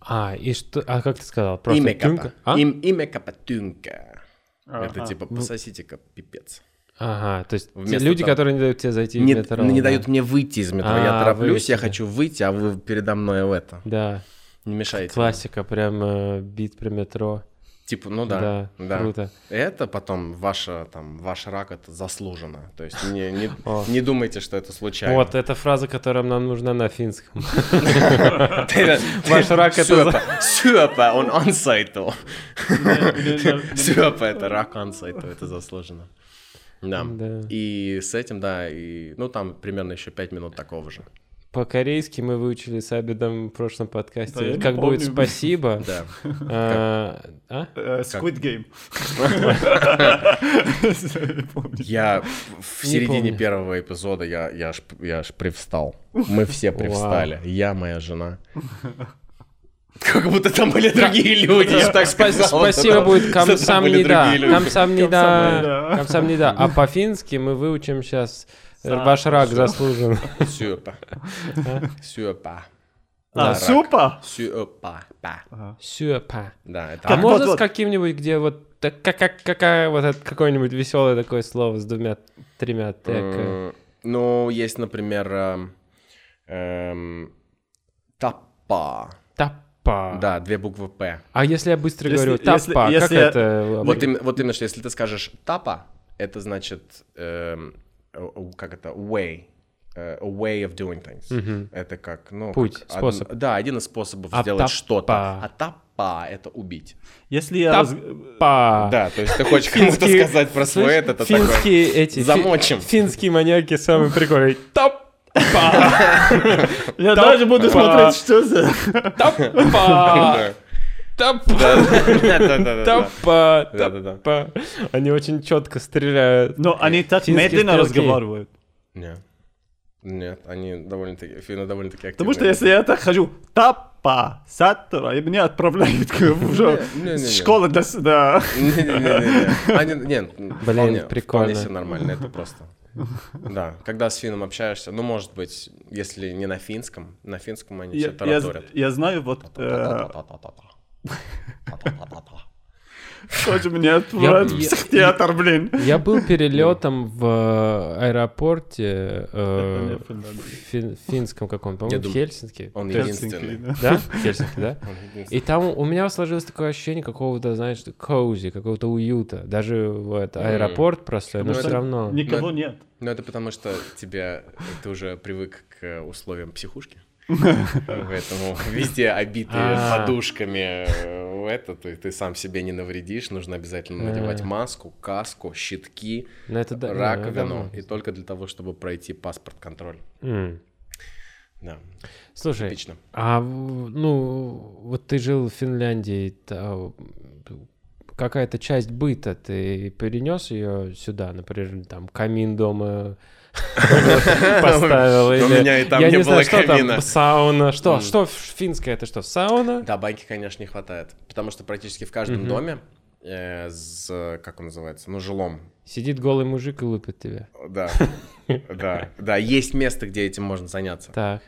Speaker 1: А, и что? А как ты сказал? Просто
Speaker 2: Имя
Speaker 1: тюнка? А?
Speaker 2: Имя капа тюнка. Это
Speaker 3: Ага.
Speaker 2: типа
Speaker 1: Ну,
Speaker 2: пососите-ка пипец.
Speaker 1: Ага, то есть те
Speaker 2: Вместо
Speaker 1: люди,
Speaker 2: того.
Speaker 1: которые не дают тебе зайти
Speaker 2: Не,
Speaker 1: в метро.
Speaker 2: не
Speaker 1: да.
Speaker 2: дают мне выйти из метро. я
Speaker 1: А,
Speaker 2: тороплюсь, я
Speaker 1: выйти.
Speaker 2: хочу выйти, а вы передо мной в это.
Speaker 1: Да,
Speaker 2: Не мешайте.
Speaker 1: классика, прям э, бит про метро.
Speaker 2: Типа, ну да.
Speaker 1: Да,
Speaker 2: да.
Speaker 1: круто.
Speaker 2: Это потом ваша, там, ваш рак, это заслуженно. То есть не, не,
Speaker 1: *laughs* О.
Speaker 2: не думайте, что это случайно. *laughs*
Speaker 1: Вот, это фраза, которая нам нужна на финском. *laughs*
Speaker 2: Ваш
Speaker 1: рак это
Speaker 2: *laughs* Сюэпа, он
Speaker 1: *laughs*
Speaker 2: онсайтл. *laughs*
Speaker 3: не- не-
Speaker 2: Сюэпа, это рак онсайтл, это заслуженно. Да.
Speaker 1: Да.
Speaker 2: И с этим, да, и, ну, там примерно еще 5 минут такого же.
Speaker 1: *laughs* По-корейски мы выучили с Абидом в прошлом подкасте.
Speaker 3: Да, я не
Speaker 1: как будет
Speaker 3: помню. *laughs*
Speaker 1: спасибо.
Speaker 2: Да.
Speaker 1: А, а?
Speaker 3: э, Squid
Speaker 2: *laughs*
Speaker 3: Game. Не помню.
Speaker 2: Я в
Speaker 1: *laughs* Не
Speaker 2: середине
Speaker 1: помню.
Speaker 2: первого эпизода, я, я, аж, я аж привстал. Мы все привстали. Я,
Speaker 1: *laughs*
Speaker 2: моя жена. Как будто там были другие люди. я так
Speaker 1: Спа-
Speaker 2: сказал,
Speaker 1: Спасибо
Speaker 2: что
Speaker 1: *laughs* будет
Speaker 2: там- что там были
Speaker 1: комсомнида.
Speaker 2: другие люди.
Speaker 1: Комсомнида.
Speaker 3: Комсомнида.
Speaker 1: Комсомнида. А по-фински мы выучим сейчас
Speaker 3: Сам
Speaker 1: ваш рак заслужен. *laughs*
Speaker 2: Сюпа. Сюпа.
Speaker 3: А,
Speaker 2: Да,
Speaker 3: супа!
Speaker 2: Сюпа. па.
Speaker 1: Сюэпа.
Speaker 2: Да, это...
Speaker 1: А
Speaker 3: Как
Speaker 2: оно.
Speaker 1: можно
Speaker 3: вот-
Speaker 1: с
Speaker 3: вот.
Speaker 1: каким-нибудь, где вот так- как- как- какая вот это какое-нибудь веселое такое слово с двумя, тремя т.
Speaker 2: М, Ну, есть, например, эм, эм, тапа.
Speaker 1: Тапа.
Speaker 2: Да, две буквы П.
Speaker 1: А если я быстро
Speaker 3: Если-
Speaker 1: говорю
Speaker 3: если-
Speaker 1: тапа, как
Speaker 3: если я-
Speaker 1: это?
Speaker 2: Вот, им- вот именно что, если ты скажешь тапа, это значит, эм, э, э, как это, way, э, a way of doing things. Это как, ну...
Speaker 1: Путь,
Speaker 2: как од-
Speaker 1: способ.
Speaker 2: да, один из способов
Speaker 1: А
Speaker 2: сделать
Speaker 1: тапа.
Speaker 2: что-то. А тапа — это убить.
Speaker 3: Если я... раз-
Speaker 1: Тапа.
Speaker 2: Да, то есть ты хочешь кому-то
Speaker 1: *laughs* Финские-
Speaker 2: сказать про свой
Speaker 1: Слышь,
Speaker 2: этот, это такое...
Speaker 1: финские эти фи-
Speaker 2: замочим.
Speaker 1: финские маньяки самые прикольные. Тапа,
Speaker 3: Я даже буду смотреть, что за...
Speaker 1: тапа,
Speaker 2: *laughs* Да.
Speaker 1: тапа,
Speaker 2: Да-да-да-да-да.
Speaker 1: тапа,
Speaker 2: Да-да-да.
Speaker 1: тапа. Они очень четко стреляют.
Speaker 2: Э,
Speaker 3: Но они так
Speaker 1: Финские
Speaker 3: медленно
Speaker 1: стрелки.
Speaker 3: разговаривают.
Speaker 2: Нет. Нет, они довольно-таки, финны довольно-таки активные.
Speaker 3: Потому что если я так хожу, тапа, саттора, и меня отправляют к- уже
Speaker 2: Не-не-не.
Speaker 3: с школы до сюда.
Speaker 2: Не-не-не-не. Они- Нет, вполне- вполне
Speaker 1: прикольно.
Speaker 2: себе нормально, это просто. Да, когда с финном общаешься, ну, может быть, если не на финском, на финском они все
Speaker 3: Я- Я
Speaker 2: тараторят.
Speaker 3: я знаю, вот э,
Speaker 2: Та-та-та-та-та-та.
Speaker 3: тоже меня отправляют в
Speaker 1: я-
Speaker 3: психиатр, блин.
Speaker 1: Я был перелетом в э, аэропорте э,
Speaker 3: Это не Финляндия.
Speaker 1: фин- финском каком-то,
Speaker 2: Я
Speaker 1: по-моему, в
Speaker 2: думаю,
Speaker 1: Хельсинки.
Speaker 3: *laughs*
Speaker 2: Он
Speaker 1: То есть-
Speaker 2: единственный.
Speaker 1: Да? В Хельсинки, да?
Speaker 2: Он единственный.
Speaker 1: И там у меня сложилось такое ощущение какого-то, знаешь, коузи, какого-то уюта. Даже вот аэропорт простой, но
Speaker 2: Ну,
Speaker 1: все
Speaker 2: это
Speaker 1: равно.
Speaker 3: Никого нет.
Speaker 2: Ну, это потому что тебя, ты уже привык к
Speaker 1: *laughs*
Speaker 2: условиям психушки. Поэтому везде обитые
Speaker 1: А.
Speaker 2: подушками, э, это, ты, ты сам себе не навредишь, нужно обязательно надевать
Speaker 1: А.
Speaker 2: маску, каску, щитки,
Speaker 1: Ну, это да-
Speaker 2: раковину,
Speaker 1: да, да.
Speaker 2: и только для того, чтобы пройти паспорт-контроль.
Speaker 1: М.
Speaker 2: Да,
Speaker 1: Слушай,
Speaker 2: типично.
Speaker 1: а в- ну вот ты жил в Финляндии, та- какая-то часть быта ты перенес ее сюда, например, там камин
Speaker 2: *laughs*
Speaker 1: дома поставил
Speaker 2: У
Speaker 1: или-
Speaker 2: меня и там
Speaker 1: я
Speaker 2: не
Speaker 1: не знаю,
Speaker 2: было
Speaker 1: что
Speaker 2: камина.
Speaker 1: там сауна, что
Speaker 2: М.
Speaker 1: что финское это что сауна?
Speaker 2: Да, баньки, конечно, не хватает, потому что практически в каждом
Speaker 1: Мгм.
Speaker 2: доме, э, с, как он называется, ну, жилом,
Speaker 1: Сидит голый мужик и лупит тебя. *laughs*
Speaker 2: да, да, да, есть место, где этим можно заняться,
Speaker 1: Так.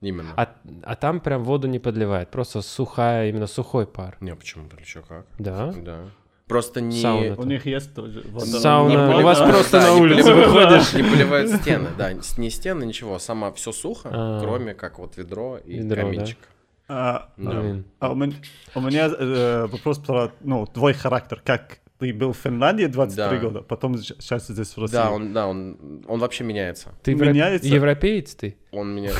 Speaker 2: именно.
Speaker 1: А, а там прям воду не подливает, просто сухая, именно сухой пар.
Speaker 2: Не, а почему-то, еще как?
Speaker 1: Да?
Speaker 2: Да. Просто не...
Speaker 1: А? Сауна.
Speaker 3: У них есть тоже. вода.
Speaker 1: Сауна.
Speaker 3: Нормально.
Speaker 1: У вас
Speaker 2: Да,
Speaker 1: просто
Speaker 2: не
Speaker 1: на улице
Speaker 2: *laughs* поливают-
Speaker 1: выходишь.
Speaker 2: Не поливают стены, да, с- не стены, ничего, сама все сухо,
Speaker 1: А.
Speaker 2: кроме как вот ведро и
Speaker 1: Ведро, да.
Speaker 2: каминчик.
Speaker 3: *laughs* А,
Speaker 2: Да.
Speaker 1: Блин.
Speaker 3: а у мен- у меня э, вопрос про ну, твой характер. Как ты был в Финляндии 23
Speaker 2: Да.
Speaker 3: года, потом сейчас здесь в России.
Speaker 2: Да, он, да, он, он вообще меняется.
Speaker 1: Ты евро-
Speaker 3: Меняется?
Speaker 1: европеец ты?
Speaker 2: Он
Speaker 1: *laughs*
Speaker 2: меня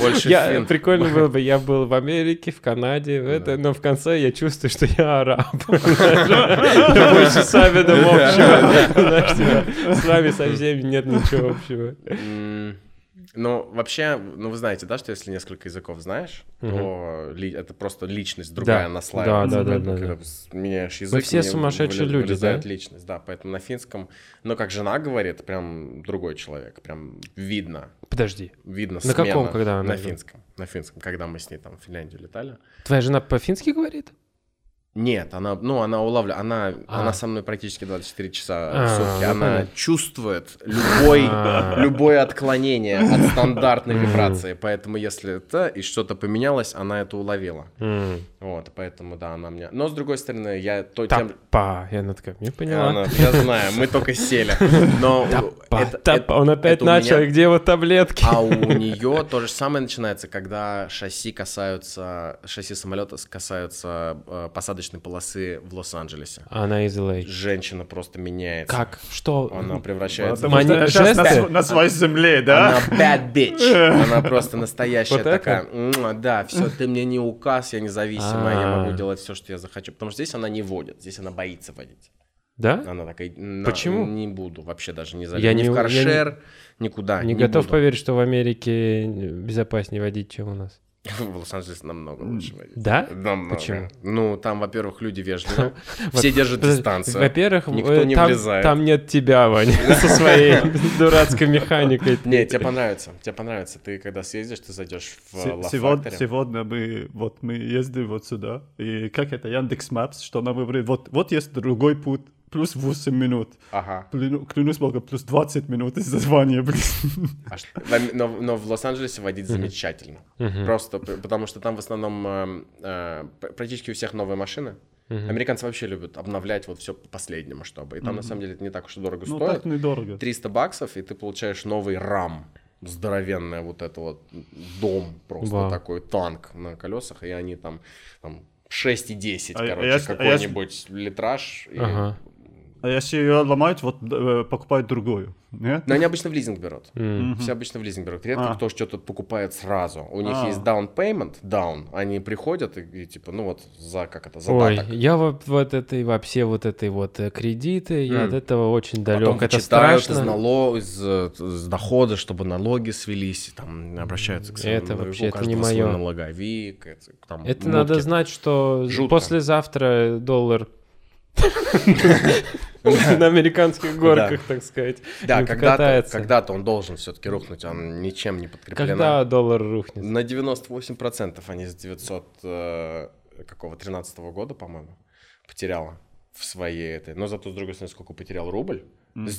Speaker 2: больше
Speaker 1: Я,
Speaker 2: фин.
Speaker 1: Прикольно было бы, я был в Америке, в Канаде, в это, но в конце я чувствую, что я *laughs* араб. Я Больше с Абидом общего. Знаешь, типа, С вами совсем нет ничего общего.
Speaker 2: М, Ну, вообще, ну вы знаете, да, что если несколько языков знаешь, то ли- это просто личность другая
Speaker 1: Да.
Speaker 2: наслаивается.
Speaker 1: Да, да, да,
Speaker 2: Поэтому,
Speaker 1: да,
Speaker 2: когда
Speaker 1: да.
Speaker 2: с- меняешь язык,
Speaker 1: все
Speaker 2: мне
Speaker 1: сумасшедшие
Speaker 2: вылез-
Speaker 1: люди,
Speaker 2: вылезает
Speaker 1: да?
Speaker 2: личность, да. Поэтому на финском, ну, как жена говорит, прям другой человек, прям видно.
Speaker 1: Подожди,
Speaker 2: Видно
Speaker 1: На каком,
Speaker 2: смена.
Speaker 1: когда она
Speaker 2: На
Speaker 1: идёт?
Speaker 2: финском. На финском, когда мы с ней там в Финляндию летали.
Speaker 1: твоя жена по-фински говорит?
Speaker 2: Нет, она, ну, она улавливает, она,
Speaker 1: А.
Speaker 2: она со мной практически 24 часа
Speaker 1: А,
Speaker 2: в сутки,
Speaker 1: ну,
Speaker 2: она
Speaker 1: понятно.
Speaker 2: чувствует любой,
Speaker 1: А. *laughs*
Speaker 2: любое отклонение от стандартной вибрации, поэтому если это и что-то поменялось, она это уловила. Вот, поэтому да, она меня. Но с другой стороны, я то тем-
Speaker 1: Тапа. Я она такая, не
Speaker 2: Она-
Speaker 1: поняла.
Speaker 2: я знаю, мы
Speaker 1: *laughs*
Speaker 2: только сели, но
Speaker 1: Па,
Speaker 2: это-
Speaker 1: тапа.
Speaker 2: это-
Speaker 1: Он опять
Speaker 2: это у меня-
Speaker 1: начал, и где его таблетки? *laughs*
Speaker 2: а у нее то же самое начинается, когда шасси касаются, шасси самолета касаются э, посадочной полосы в Лос-Анджелесе.
Speaker 1: Она из LA.
Speaker 2: Женщина просто меняется.
Speaker 1: Как? Что?
Speaker 2: Она превращается...
Speaker 1: Потому
Speaker 2: в-
Speaker 1: Мани-
Speaker 3: Потому что щас на,
Speaker 1: жесты?
Speaker 3: св- на своей земле, да?
Speaker 2: Она bad
Speaker 1: *laughs*
Speaker 2: bitch. Она просто настоящая
Speaker 1: Вот это?
Speaker 2: такая. «Муа, Да, все, ты мне не указ, я независимая, я могу
Speaker 1: А.
Speaker 2: делать все, что я захочу. Потому что здесь она не водит, здесь она боится водить.
Speaker 1: Да?
Speaker 2: Она такая, «На,
Speaker 1: Почему?
Speaker 2: Не буду вообще даже не залезу.
Speaker 1: Я
Speaker 2: Ни
Speaker 1: не-
Speaker 2: в
Speaker 1: я
Speaker 2: каршер, никуда.
Speaker 1: Не готов
Speaker 2: А, буду.
Speaker 1: поверить, что в Америке безопаснее водить, чем у нас.
Speaker 2: В Лос-Анджелесе намного лучше водить.
Speaker 1: Да?
Speaker 2: Намного.
Speaker 1: Почему?
Speaker 2: Ну, там, во-первых, люди
Speaker 1: *laughs*
Speaker 2: вежливые, все держат
Speaker 1: Подожди,
Speaker 2: дистанцию.
Speaker 1: Во-первых,
Speaker 2: Никто
Speaker 1: э,
Speaker 2: не
Speaker 1: там,
Speaker 2: влезает.
Speaker 1: там нет тебя, Ваня, *laughs* со
Speaker 2: *laughs*
Speaker 1: своей дурацкой механикой.
Speaker 2: Не, тебе понравится, тебе понравится. Ты когда съездишь, ты зайдешь в э,
Speaker 3: Се-
Speaker 2: Love
Speaker 3: сегодня-
Speaker 2: Factory.
Speaker 3: сегодня мы вот мы ездили вот сюда и как это Яндекс Мапс, что нам говорит, вот вот есть другой путь плюс 8 минут.
Speaker 2: Ага.
Speaker 3: Плену- Клянусь Богом, плюс 20 минут из звания, блин.
Speaker 2: А ш- в Ам- Но, но в Лос-Анджелесе водить замечательно. Просто п- потому что там в основном эм, э, п- практически у всех новые машины. Американцы вообще любят обновлять вот все по последнему, чтобы. И там на самом деле это не так уж и дорого
Speaker 3: Ну
Speaker 2: стоит.
Speaker 3: так недорого.
Speaker 2: 300 баксов, и ты получаешь новый рам. Здоровенный вот это вот дом, просто
Speaker 1: Вау.
Speaker 2: такой танк на колесах, и они там, там 6 и 10,
Speaker 3: А- а
Speaker 2: короче,
Speaker 3: если- а
Speaker 2: какой-нибудь литраж. и-
Speaker 1: Ага.
Speaker 3: А если ее ломают, вот э, покупают другую. Нет?
Speaker 2: Но они обычно в лизинг берут.
Speaker 1: М.
Speaker 2: Все обычно в лизинг берут. Редко
Speaker 3: А.
Speaker 2: кто что-то покупает сразу. У них
Speaker 3: А.
Speaker 2: есть down payment, down. Они приходят и, и типа, ну вот за как это, за
Speaker 1: Ой,
Speaker 2: даток.
Speaker 1: я вот, вот этой вообще вот этой вот э, кредиты, я
Speaker 2: М.
Speaker 1: от этого очень далек.
Speaker 2: Потом
Speaker 1: это
Speaker 2: вычитают
Speaker 1: страшно.
Speaker 2: из, нало- из, э, из дохода, чтобы налоги свелись, и там обращаются к своему
Speaker 1: Это
Speaker 2: налоговику,
Speaker 1: вообще,
Speaker 2: у
Speaker 1: это
Speaker 2: каждого
Speaker 1: не
Speaker 2: свой
Speaker 1: моё.
Speaker 2: налоговик, это, там,
Speaker 1: Это
Speaker 2: мутки.
Speaker 1: надо знать, что
Speaker 2: Жутко.
Speaker 1: послезавтра
Speaker 2: *laughs*
Speaker 1: доллар *laughs* на американских горках, так сказать,
Speaker 2: Да,
Speaker 1: не
Speaker 2: когда-то,
Speaker 1: покатается.
Speaker 2: когда-то он должен все-таки рухнуть, он ничем не подкреплен.
Speaker 1: Когда доллар рухнет?
Speaker 2: На 98% они с 900 э, какого 13 года, по-моему, потеряла в своей этой. Но зато с другой стороны, сколько потерял рубль? С 913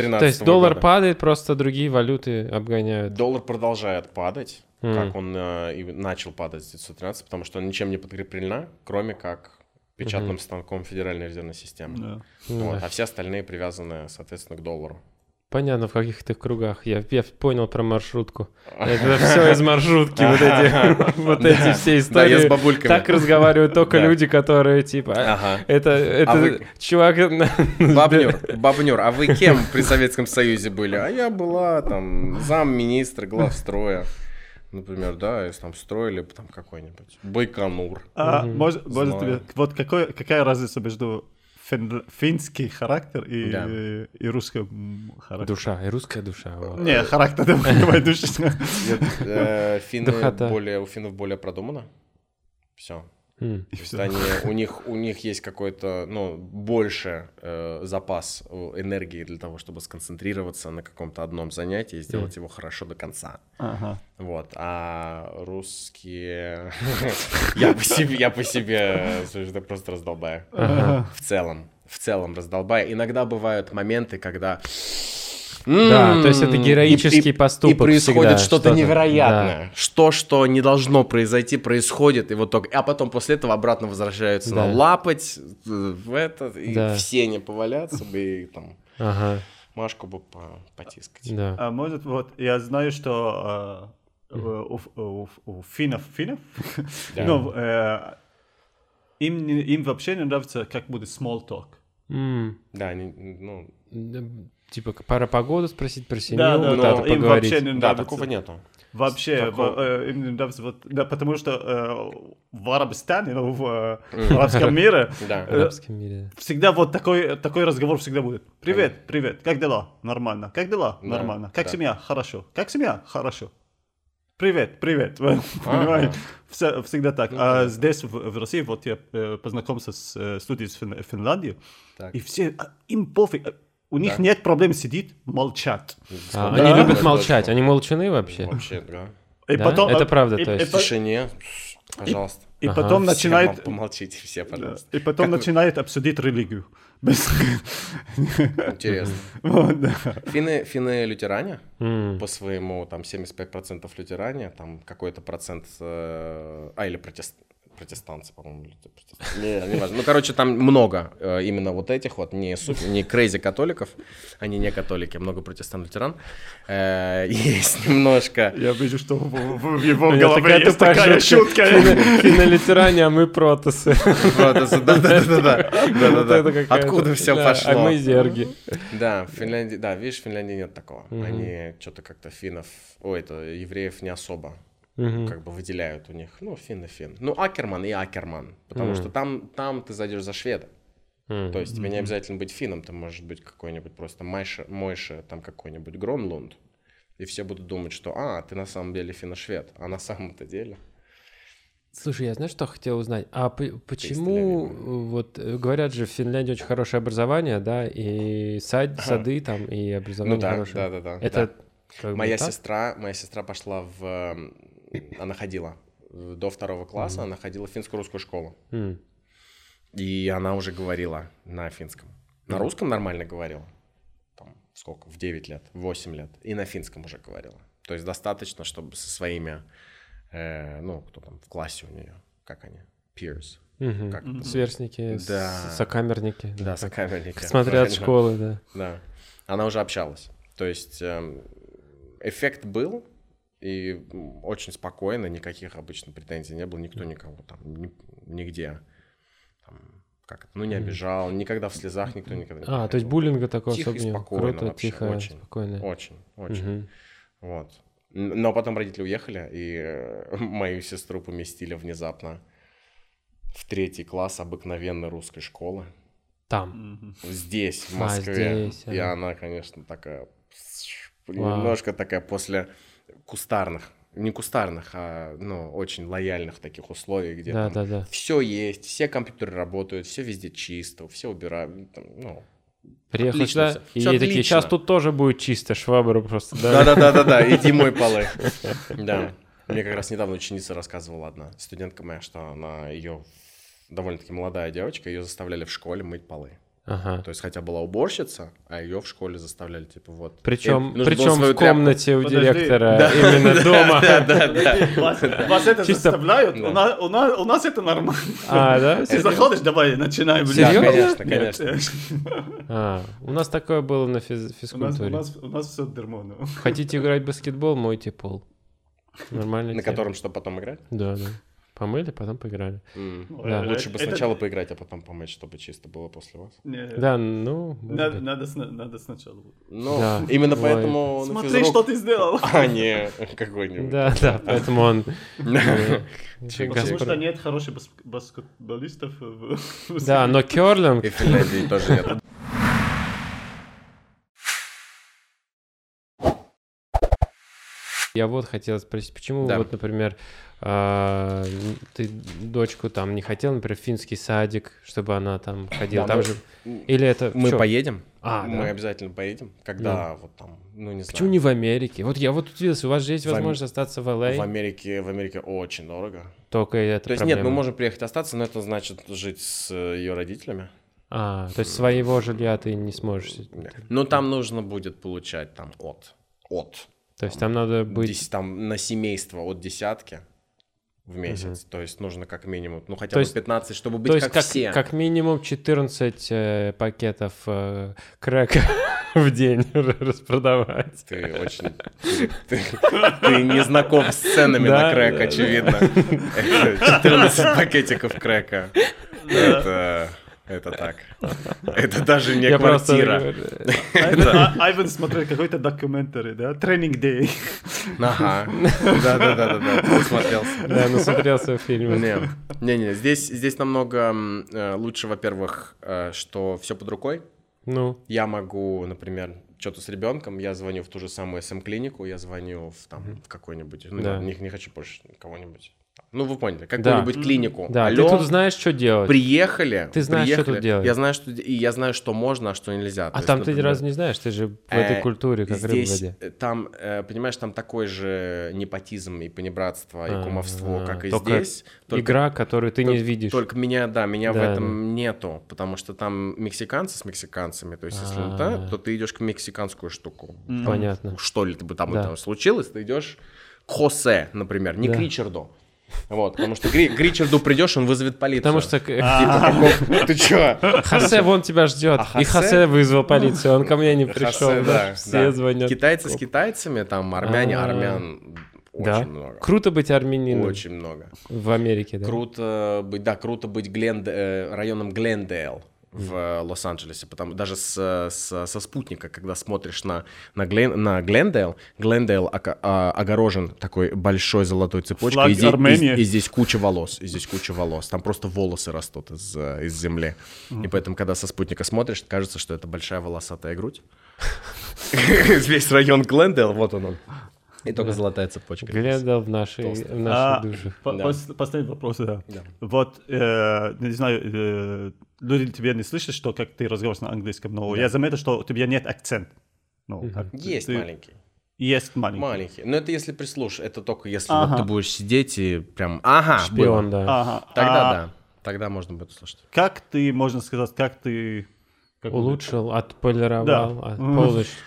Speaker 1: А, то есть доллар
Speaker 2: года.
Speaker 1: падает, просто другие валюты обгоняют.
Speaker 2: Доллар продолжает падать,
Speaker 1: М.
Speaker 2: как он э, и начал падать с 913, потому что он ничем не подкреплена, кроме как печатным станком Федеральной резервной системы.
Speaker 3: Да.
Speaker 1: Ну
Speaker 2: Вот,
Speaker 1: да.
Speaker 2: А все остальные привязаны, соответственно, к доллару.
Speaker 1: Понятно, в каких ты кругах. Я, я понял про
Speaker 2: *laughs*
Speaker 1: маршрутку. Это все из маршрутки, вот эти, вот эти все
Speaker 2: Да, я с
Speaker 1: истории.
Speaker 2: бабульками.
Speaker 1: Так разговаривают только
Speaker 2: Да.
Speaker 1: люди, которые типа... а,
Speaker 2: Ага.
Speaker 1: Это, это
Speaker 2: вы-
Speaker 1: чувак... *laughs* на-
Speaker 2: Бабнюр, бабнюр, а вы кем при Советском Союзе были? А я была там замминистра главстроя. Например, да, если там строили там какой-нибудь Байконур.
Speaker 3: А,
Speaker 1: Мгм.
Speaker 3: может, может
Speaker 2: Знаю.
Speaker 3: тебе- вот какой, какая разница между фин- финский характер и,
Speaker 2: Да.
Speaker 3: и русским характером?
Speaker 1: Душа, и русская душа. вот.
Speaker 3: Не, характер, *laughs* ты понимаешь, душа.
Speaker 2: Нет, э, Финны
Speaker 1: Духота.
Speaker 2: более, у финнов более продумано. Все.
Speaker 1: М.
Speaker 3: И
Speaker 2: То есть
Speaker 3: всё.
Speaker 2: они, у, них, у них есть какой-то, ну, больше э, запас э, энергии для того, чтобы сконцентрироваться на каком-то одном занятии и сделать его хорошо до конца.
Speaker 3: Ага.
Speaker 2: Вот, а русские... *laughs* Я по себе, я по себе, слушай, это просто раздолбаю. В целом, в целом раздолбаю. Иногда бывают моменты, когда...
Speaker 1: Да,
Speaker 2: м,
Speaker 1: то есть это
Speaker 2: и-
Speaker 1: героический
Speaker 2: и-
Speaker 1: поступок
Speaker 2: И происходит
Speaker 1: всегда,
Speaker 2: что-то
Speaker 1: что-то,
Speaker 2: невероятное. Что, что не должно произойти, происходит. И вот только... А потом после этого обратно возвращаются на
Speaker 1: Да.
Speaker 2: лапать, э, в это, и
Speaker 1: Да.
Speaker 2: в сене поваляться бы, и там
Speaker 1: Ага,
Speaker 2: Машку бы по- потискать.
Speaker 1: да.
Speaker 3: А может, вот я знаю, что э, у, у- у- у финнов, финнов,
Speaker 2: Да.
Speaker 3: ну, э, им, не- им вообще не нравится, как будет small talk.
Speaker 1: М.
Speaker 2: Да, они, ну...
Speaker 1: Да, Типа, пора погоду спросить про семью,
Speaker 3: Да, да,
Speaker 1: вот
Speaker 2: да.
Speaker 1: это
Speaker 3: Им
Speaker 1: поговорить.
Speaker 3: вообще не
Speaker 2: Да,
Speaker 3: нравится.
Speaker 2: такого нету.
Speaker 3: Вообще,
Speaker 2: Такого.
Speaker 3: в- э, им не нравится, вот, да, потому что э, в Арабстане, ну, в э, арабском мире,
Speaker 2: Да.
Speaker 1: В арабском мире.
Speaker 3: всегда вот такой, такой разговор всегда будет. Привет, привет, как дела? Нормально. Как дела?
Speaker 2: Да,
Speaker 3: Нормально. Как
Speaker 2: да.
Speaker 3: семья? Хорошо. Как семья? Хорошо. Привет, привет.
Speaker 1: А.
Speaker 3: *laughs* Понимаете? Вся- всегда так.
Speaker 1: Ну
Speaker 3: а здесь, в, в России, вот я э, познакомился с э, студией из Фин- Финляндии,
Speaker 2: Так.
Speaker 3: и все, а, им пофиг, а, у них
Speaker 2: Да.
Speaker 3: нет проблем сидит, молчат.
Speaker 1: А,
Speaker 2: Да.
Speaker 1: Они любят
Speaker 2: Да.
Speaker 1: молчать, они молчаны вообще.
Speaker 2: Вообще, да.
Speaker 3: И
Speaker 1: Да?
Speaker 3: потом,
Speaker 1: Это
Speaker 3: а,
Speaker 1: правда,
Speaker 3: и-
Speaker 1: то
Speaker 3: и
Speaker 1: есть.
Speaker 2: В
Speaker 3: по-
Speaker 2: тишине, пожалуйста.
Speaker 3: И
Speaker 1: Ага.
Speaker 3: потом
Speaker 2: Все,
Speaker 3: начинает... э,
Speaker 2: мам, помолчите все, пожалуйста.
Speaker 3: И потом начинает обсудить религию. *laughs* Без-
Speaker 2: Интересно.
Speaker 3: Вот, да.
Speaker 2: Финны, финны лютеране,
Speaker 1: М.
Speaker 2: по своему, там, 75% лютеране, там, какой-то процент, э, а, или протест, протестанцы, по-моему, или протест- не, не важно. Ну, короче, там много э, именно вот этих вот, не, супер, не crazy католиков, они не католики, а много протестант-лютеран. Э, есть немножко...
Speaker 3: Я вижу, что в, в- в его
Speaker 1: У меня
Speaker 3: голове есть такая шутка.
Speaker 2: *laughs*
Speaker 3: *laughs*
Speaker 1: Кинолитеране, а мы протасы. Вот это
Speaker 2: Да-да-да.
Speaker 1: какая-то-
Speaker 2: Откуда все
Speaker 1: Да,
Speaker 2: пошло?
Speaker 1: А мы зерги.
Speaker 2: Да, в Финляндии, да, видишь, в Финляндии нет такого. Они что-то как-то финнов, ой, это евреев не особо как бы выделяют у них. Ну, финны фин. Ну, Акерман и Акерман. Потому что там, там ты зайдешь за шведа. То есть тебе не обязательно быть финном, ты можешь быть какой-нибудь просто майше, мойше, там какой-нибудь Гронлунд. И все будут думать, что, а, ты на самом деле финно-швед. А на самом-то деле...
Speaker 1: Слушай, я знаю, что хотел узнать. А п-
Speaker 2: Ты
Speaker 1: почему,
Speaker 2: из
Speaker 1: э, вот э, говорят же, в Финляндии очень хорошее образование, да, и сад- сады там, и
Speaker 2: Ну
Speaker 1: образование
Speaker 2: да,
Speaker 1: хорошее.
Speaker 2: да, да, да. да.
Speaker 1: Это как бы
Speaker 2: Моя
Speaker 1: так?
Speaker 2: сестра, моя сестра пошла в... эм, Она ходила э, до второго класса, она ходила в финско-русскую школу.
Speaker 1: М.
Speaker 2: И она уже говорила на финском. На русском нормально говорила. Там, сколько? В 9 лет, в 8 лет. И на финском уже говорила. То есть достаточно, чтобы со своими, э, ну, кто там в классе у нее, как они, peers.
Speaker 1: Мгм.
Speaker 2: Как это?
Speaker 1: Сверстники, с-
Speaker 2: Да.
Speaker 1: сокамерники.
Speaker 2: Да,
Speaker 1: как-
Speaker 2: сокамерники.
Speaker 1: Смотря от
Speaker 2: Правильно.
Speaker 1: школы, да.
Speaker 2: Да. Она уже общалась. То есть эм, эффект был, и м, очень спокойно, никаких обычно претензий не было, никто никого там, ни- нигде, там, как это, ну, не обижал, никогда в слезах никто никогда не
Speaker 1: А, то есть
Speaker 2: приходил.
Speaker 1: буллинга такого
Speaker 2: Тихо и
Speaker 1: особо не было.
Speaker 2: спокойно
Speaker 1: Круто,
Speaker 2: вообще,
Speaker 1: тихо,
Speaker 2: очень,
Speaker 1: спокойно.
Speaker 2: Очень, очень.
Speaker 1: Мгм.
Speaker 2: Вот. Н- Но потом родители уехали, и э, мою сестру поместили внезапно в третий класс обыкновенной русской школы.
Speaker 1: Там.
Speaker 2: Здесь, в
Speaker 1: А,
Speaker 2: Москве.
Speaker 1: здесь,
Speaker 2: И
Speaker 1: ага.
Speaker 2: она, конечно, такая... пс-
Speaker 1: Вау.
Speaker 2: Немножко такая после кустарных. Не кустарных, а, ну, очень лояльных таких условий, где
Speaker 1: Да,
Speaker 2: там
Speaker 1: да, да.
Speaker 2: все есть, все компьютеры работают, все везде чисто, все убирают, там, ну,
Speaker 1: Приехал сюда,
Speaker 2: Отлично всё.
Speaker 1: и
Speaker 2: Всё
Speaker 1: ей такие,
Speaker 2: отлично.
Speaker 1: сейчас тут тоже будет чисто, швабру просто дали». *laughs*
Speaker 2: Да-да-да-да-да, иди мой полы. Да. Мне как раз недавно ученица рассказывала одна, студентка моя, что она ее довольно-таки молодая девочка, ее заставляли в школе мыть полы.
Speaker 1: Ага.
Speaker 2: То есть, хотя была уборщица, а ее в школе заставляли, типа, вот.
Speaker 1: Причем,
Speaker 2: Им нужно было
Speaker 1: причем
Speaker 2: свою
Speaker 1: в
Speaker 2: тряпку.
Speaker 1: комнате у
Speaker 3: Подожди.
Speaker 1: директора,
Speaker 2: Да.
Speaker 1: именно дома.
Speaker 3: Вас, вас это
Speaker 1: Чисто-
Speaker 3: заставляют?
Speaker 2: Да.
Speaker 3: У, нас, у, нас, у нас это нормально.
Speaker 1: А, да?
Speaker 3: Ты заходишь, давай, начинаем.
Speaker 2: Да,
Speaker 1: Серьёзно?
Speaker 2: конечно,
Speaker 3: Нет, *laughs*
Speaker 2: конечно.
Speaker 1: А, у нас такое было на физ-
Speaker 3: у нас, у
Speaker 1: физкультуре.
Speaker 3: нас, у нас все дерьмо. ну.
Speaker 1: Хотите играть в баскетбол, мойте пол. Нормально.
Speaker 2: На котором что потом играть?
Speaker 1: Да, да. Помыли, потом поиграли.
Speaker 2: М.
Speaker 3: Ну,
Speaker 1: Да.
Speaker 3: э,
Speaker 2: Лучше бы
Speaker 3: это-
Speaker 2: сначала поиграть, а потом помыть, чтобы чисто было после вас.
Speaker 3: Не,
Speaker 1: Да, ну... может
Speaker 3: Надо,
Speaker 1: быть.
Speaker 3: надо, сна- надо сначала.
Speaker 2: Ну,
Speaker 1: Да.
Speaker 2: именно
Speaker 1: Ой.
Speaker 2: поэтому... на
Speaker 3: Смотри,
Speaker 2: физрук-
Speaker 3: что ты сделал.
Speaker 2: А не какой-нибудь.
Speaker 1: Да, да, поэтому
Speaker 2: *laughs*
Speaker 1: он... э,
Speaker 3: Потому что
Speaker 1: Газпром.
Speaker 3: нет хороших баск- баскетболистов. в-
Speaker 2: *laughs*
Speaker 3: в
Speaker 1: Да, но керлинг...
Speaker 2: И в Финляндии тоже нет.
Speaker 1: Я вот хотел спросить, почему
Speaker 2: Да.
Speaker 1: вот, например, а, н- ты дочку там не хотел, например, в финский садик, чтобы она там ходила,
Speaker 2: Да,
Speaker 1: там
Speaker 2: мы-
Speaker 1: же... Или это... в
Speaker 2: Мы
Speaker 1: чём?
Speaker 2: поедем.
Speaker 1: А,
Speaker 2: мы
Speaker 1: да.
Speaker 2: обязательно поедем, когда вот там, ну не знаю.
Speaker 1: Почему не в Америке? Вот я вот удивился, у вас же есть
Speaker 2: В Ам-
Speaker 1: возможность остаться в
Speaker 2: в
Speaker 1: Л.А.,
Speaker 2: Америке, в Америке очень дорого.
Speaker 1: только это
Speaker 2: То есть нет, ну,
Speaker 1: проблема.
Speaker 2: мы можем приехать остаться, но это значит жить с ее родителями.
Speaker 1: А, то есть своего жилья ты не сможешь...
Speaker 2: Но Ну, там нужно будет получать там от, от,
Speaker 1: То есть там надо быть...
Speaker 2: дес- там на семейство от десятки в месяц. То есть нужно как минимум, ну хотя
Speaker 1: То
Speaker 2: бы
Speaker 1: есть-
Speaker 2: 15, чтобы быть
Speaker 1: То есть
Speaker 2: как,
Speaker 1: как,
Speaker 2: все.
Speaker 1: как минимум 14 э, пакетов э, крэка *laughs* в день *laughs* распродавать.
Speaker 2: Ты очень... Ты, ты- ты не знаком с ценами
Speaker 1: Да,
Speaker 2: на крэк,
Speaker 1: да, да.
Speaker 2: очевидно. 14 пакетиков крэка. Это... Это так. Это даже не квартира.
Speaker 1: просто... э,
Speaker 3: Айвен, А- Айвен смотрел какой-то документарий, да? Тренинг Day.
Speaker 2: Ага. Да-да-да-да-да. ты Смотрелся.
Speaker 1: Да, насмотрелся
Speaker 2: *laughs*
Speaker 1: фильм.
Speaker 2: Не, не, не, здесь, здесь намного м, э, лучше, во-первых, э, что все под рукой.
Speaker 1: Ну,
Speaker 2: Я могу, например, что-то с ребенком, я звоню в ту же самую СМ-клинику, я звоню в, там, в какой-нибудь, ну,
Speaker 1: Да.
Speaker 2: не, не хочу больше кого-нибудь. Ну, вы поняли, какую-нибудь клинику.
Speaker 1: да,
Speaker 2: Алло,
Speaker 1: ты тут знаешь, что делать.
Speaker 2: приехали.
Speaker 1: Ты знаешь, что тут
Speaker 2: приехали.
Speaker 1: делать.
Speaker 2: Я знаю, что, де- и я знаю, что можно, а что нельзя. То
Speaker 1: А
Speaker 2: есть,
Speaker 1: там ты
Speaker 2: например,
Speaker 1: раз не знаешь, ты же в
Speaker 2: э,
Speaker 1: этой культуре, как рыба в
Speaker 2: здесь,
Speaker 1: воде.
Speaker 2: э, Там, э, понимаешь, там такой же непотизм и понебратство, и
Speaker 1: А,
Speaker 2: кумовство,
Speaker 1: а,
Speaker 2: как и
Speaker 1: только
Speaker 2: здесь. только
Speaker 1: Игра, которую ты не
Speaker 2: Тол-
Speaker 1: видишь.
Speaker 2: Только меня, да, меня в
Speaker 1: Да,
Speaker 2: этом нету, потому что там мексиканцы с мексиканцами, то есть если
Speaker 1: А.
Speaker 2: да, то ты идешь к мексиканскую штуку.
Speaker 3: Мгм.
Speaker 1: Понятно.
Speaker 2: Что ли бы там
Speaker 1: Да.
Speaker 2: это случилось, ты идешь к Хосе, например, не к
Speaker 1: Да.
Speaker 2: Ричарду. Вот, потому что Гри- к Ричарду придешь, он вызовет полицию.
Speaker 1: Потому что А. к-
Speaker 2: Типа, каков- ты *laughs* чё?
Speaker 1: Хосе вон тебя ждет.
Speaker 2: А
Speaker 1: И
Speaker 2: Хосе-
Speaker 1: Хосе вызвал полицию, он ко мне не
Speaker 2: Хосе,
Speaker 1: пришел. да,
Speaker 2: да,
Speaker 1: Все
Speaker 2: да.
Speaker 1: звонят.
Speaker 2: Китайцы с китайцами, там армяне,
Speaker 1: А.
Speaker 2: армян
Speaker 1: Да.
Speaker 2: очень много.
Speaker 1: Круто быть армянином
Speaker 2: Очень много.
Speaker 1: в Америке, да?
Speaker 2: Круто быть, да, круто быть Гленд, э, районом Глендейл в э, Лос-Анджелесе, потому даже с, э, с- со спутника, когда смотришь на, на, Глен, на Глендейл, Глендейл ока- а, огорожен такой большой золотой цепочкой,
Speaker 3: Флаг
Speaker 2: и, здесь- и-
Speaker 3: Армении.
Speaker 2: и здесь куча волос, и здесь куча волос, там просто волосы растут из, э, из земли, и поэтому, когда со спутника смотришь, кажется, что это большая волосатая *laughs* грудь, весь район Глендейл, вот он он, и только золотая цепочка. здесь.
Speaker 1: Глядел в нашей в
Speaker 3: А,
Speaker 1: наших душах.
Speaker 3: по-
Speaker 2: Да.
Speaker 3: пос- Последний вопрос, да.
Speaker 2: Да.
Speaker 3: Вот, э, не знаю, э, люди тебя не слышат, что как ты разговариваешь на английском, но я заметил, что у тебя нет акцент. Ну, как ты-
Speaker 2: Есть
Speaker 3: ты-
Speaker 2: маленький.
Speaker 3: Есть маленький.
Speaker 2: Маленький. Но это если прислуш, это только если
Speaker 3: Ага.
Speaker 2: вот ты будешь сидеть и прям ага,
Speaker 1: Шпион,
Speaker 2: а, было».
Speaker 1: да.
Speaker 3: Ага.
Speaker 2: Тогда
Speaker 3: А
Speaker 2: да. Тогда можно будет услышать.
Speaker 3: Как ты, можно сказать, как ты... как
Speaker 1: Улучшил, отполировал, от- полностью.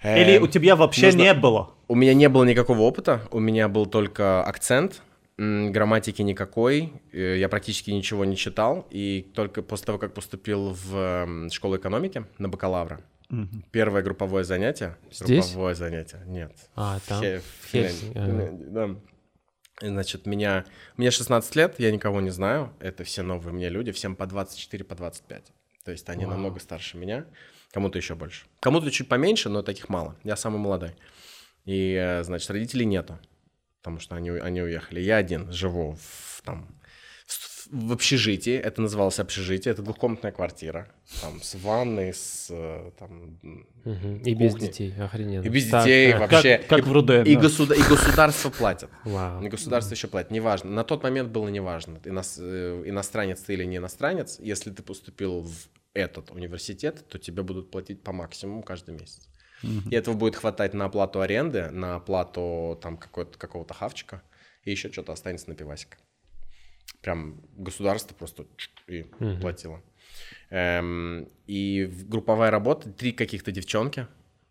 Speaker 3: это- Или
Speaker 2: Эм,
Speaker 3: у тебя вообще
Speaker 2: нужно-
Speaker 3: не было?
Speaker 2: у меня не было никакого опыта, у меня был только акцент, м, грамматики никакой, э, я практически ничего не читал, и только после того, как поступил в эм, школу экономики на бакалавра,
Speaker 3: Мгм.
Speaker 2: первое групповое занятие.
Speaker 1: Здесь?
Speaker 2: Групповое занятие, нет.
Speaker 1: А, там?
Speaker 2: В Хе- в
Speaker 1: В
Speaker 2: Финляндии.
Speaker 1: Хельсинки, ага.
Speaker 2: Финляндии, да. И, Значит, меня... Мне 16 лет, я никого не знаю. Это все новые мне люди. Всем по 24, по 25. То есть они намного старше меня. Кому-то еще больше. Кому-то чуть поменьше, но таких мало. Я самый молодой. И, э, значит, родителей нету. Потому что они, у- они уехали. Я один живу в, там, в, в общежитии. Это называлось общежитие. Это двухкомнатная квартира. Там с ванной, с э, там, м,
Speaker 1: Мгм. И без
Speaker 2: кухни.
Speaker 1: детей, охрененно.
Speaker 2: и без
Speaker 1: Так,
Speaker 2: детей
Speaker 1: так.
Speaker 2: вообще.
Speaker 3: Как, как в
Speaker 1: Э,
Speaker 3: Руден.
Speaker 2: И,
Speaker 1: ну.
Speaker 3: да.
Speaker 2: государ- и государство платит.
Speaker 1: Вау.
Speaker 2: И Государство еще платит, неважно. На тот момент было неважно, ты нас- э, иностранец ты или не иностранец. Если ты поступил в этот университет, то тебе будут платить по максимуму каждый месяц.
Speaker 1: *laughs*
Speaker 2: И этого будет хватать на оплату аренды, на оплату там какой-то, какого-то хавчика, и еще что-то останется на пивасик. Прям государство просто чш- и платило. Эм, и в- групповая работа, три каких-то девчонки,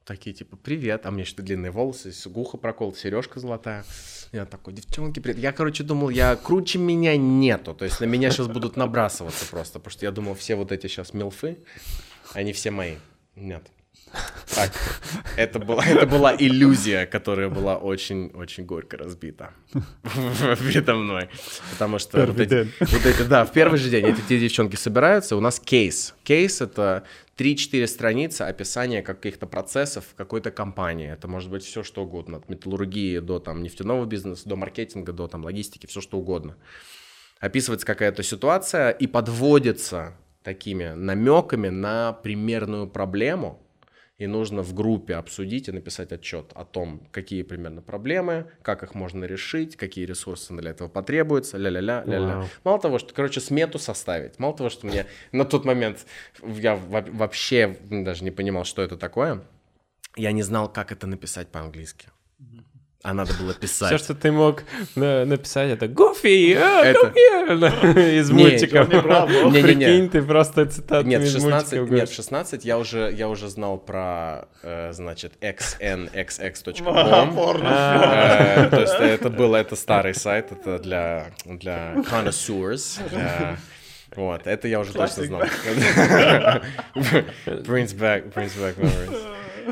Speaker 2: такие типа, привет, а мне что длинные волосы, с- гухо прокол, сережка золотая. Я такой, девчонки, привет. Я, короче, думал, я круче меня нету, то есть на меня сейчас будут набрасываться просто, потому что я думал, все вот эти сейчас милфы, они все мои. Нет. Так, это была, это была иллюзия, которая была очень-очень горько разбита *laughs* передо мной. Потому что
Speaker 3: Первый
Speaker 2: вот эти,
Speaker 3: день.
Speaker 2: вот эти- да, в первый же день эти те девчонки собираются, у нас кейс. Кейс — это 3-4 страницы описания каких-то процессов в какой-то компании. Это может быть все что угодно, от металлургии до там нефтяного бизнеса, до маркетинга, до там логистики, все что угодно. Описывается какая-то ситуация и подводится такими намеками на примерную проблему, и нужно в группе обсудить и написать отчет о том, какие примерно проблемы, как их можно решить, какие ресурсы для этого потребуются, ля-ля-ля, ля-ля.
Speaker 1: Вау.
Speaker 2: Мало того, что, короче, смету составить, мало того, что мне на тот момент я во- вообще даже не понимал, что это такое, я не знал, как это написать по-английски. А надо было писать.
Speaker 1: Все, что ты мог на- написать, это «Гуфи, а, come *laughs*
Speaker 2: Это-
Speaker 1: here!» из
Speaker 2: Не,
Speaker 1: мультиков.
Speaker 3: Джонни Браво.
Speaker 2: Не-не-не.
Speaker 1: Прикинь, ты просто цитатами
Speaker 2: Нет, в
Speaker 1: из
Speaker 2: 16,
Speaker 1: мультиков
Speaker 2: нет, в
Speaker 1: говоришь.
Speaker 2: 16 я уже, я уже знал про, э, значит,
Speaker 3: Ма,
Speaker 2: xnxx.com.
Speaker 3: порно.
Speaker 2: Э, То есть это было, это старый сайт, это для, для connoisseurs. Э, Вот, это я уже точно
Speaker 3: Classic
Speaker 2: знал. Brings back, brings back memories.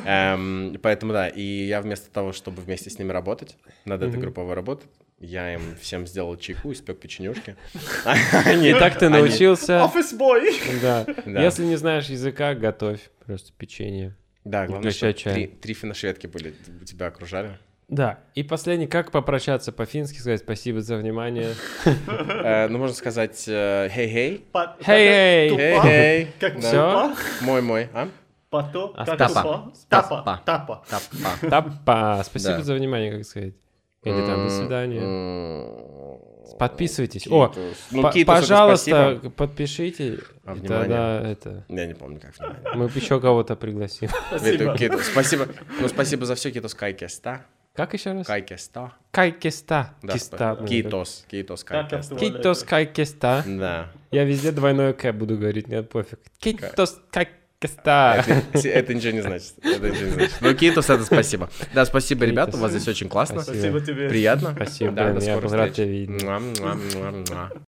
Speaker 2: Эм, Поэтому да, и я вместо того, чтобы вместе с ними работать, над этой групповой работой, я им всем сделал чайку, испек печенюшки.
Speaker 1: *laughs* И так ты научился.
Speaker 3: Office boy.
Speaker 1: а Да.
Speaker 2: Да.
Speaker 1: Если не знаешь языка, готовь просто печенье.
Speaker 2: Да, главное, что
Speaker 1: Угощай
Speaker 2: три,
Speaker 1: чаем.
Speaker 2: три финошведки были, у тебя окружали.
Speaker 1: Да. И последний, как попрощаться по-фински, сказать спасибо за *laughs* внимание.
Speaker 2: Э, ну, можно сказать, э, хей-хей.
Speaker 3: Пат-
Speaker 1: Хей-хей.
Speaker 3: Тупа.
Speaker 2: Хей-хей.
Speaker 3: Как
Speaker 2: Да.
Speaker 1: Всё?
Speaker 3: тупа.
Speaker 2: Мой-мой, а?
Speaker 3: Пато.
Speaker 1: А,
Speaker 3: Как
Speaker 2: тапа.
Speaker 3: тупа.
Speaker 2: Тапа.
Speaker 3: Тапа. Тапа.
Speaker 2: Тапа.
Speaker 1: Тапа. Спасибо
Speaker 2: Да.
Speaker 1: за внимание, как сказать. Или там до свидания.
Speaker 2: свидания.
Speaker 1: Подписывайтесь. О,
Speaker 2: Китус. Ну,
Speaker 1: П-
Speaker 2: Китусу
Speaker 1: Пожалуйста,
Speaker 2: спасибо.
Speaker 1: подпишите.
Speaker 2: А,
Speaker 1: и
Speaker 2: внимание.
Speaker 1: Тогда это.
Speaker 2: Я не помню, как внимание.
Speaker 1: Мы еще кого-то пригласим.
Speaker 2: Это
Speaker 3: Спасибо.
Speaker 2: Китус. Спасибо. Ну, спасибо за все, Китос. Кайкеста.
Speaker 1: Как еще раз?
Speaker 2: Кайкеста.
Speaker 1: Кайкеста.
Speaker 2: Да,
Speaker 1: Киста.
Speaker 2: спа- Китос. Китос.
Speaker 3: Как
Speaker 2: Кайкеста.
Speaker 3: актуально.
Speaker 1: Китос кайкеста.
Speaker 2: Да.
Speaker 1: Я везде двойное К буду говорить, нет, пофиг. Китос кайкеста.
Speaker 2: Это это ничего не значит. Это ничего не значит. Ну, Китос, это спасибо. Да, спасибо, ребята. У вас
Speaker 1: Китос.
Speaker 2: здесь очень классно.
Speaker 1: Спасибо.
Speaker 3: Спасибо тебе.
Speaker 2: Приятно.
Speaker 1: Спасибо,
Speaker 2: Да,
Speaker 1: блин,
Speaker 2: до
Speaker 1: я
Speaker 2: скорой
Speaker 1: был рад
Speaker 2: встречи.
Speaker 1: тебя видеть.
Speaker 2: Муа, муа, муа, муа.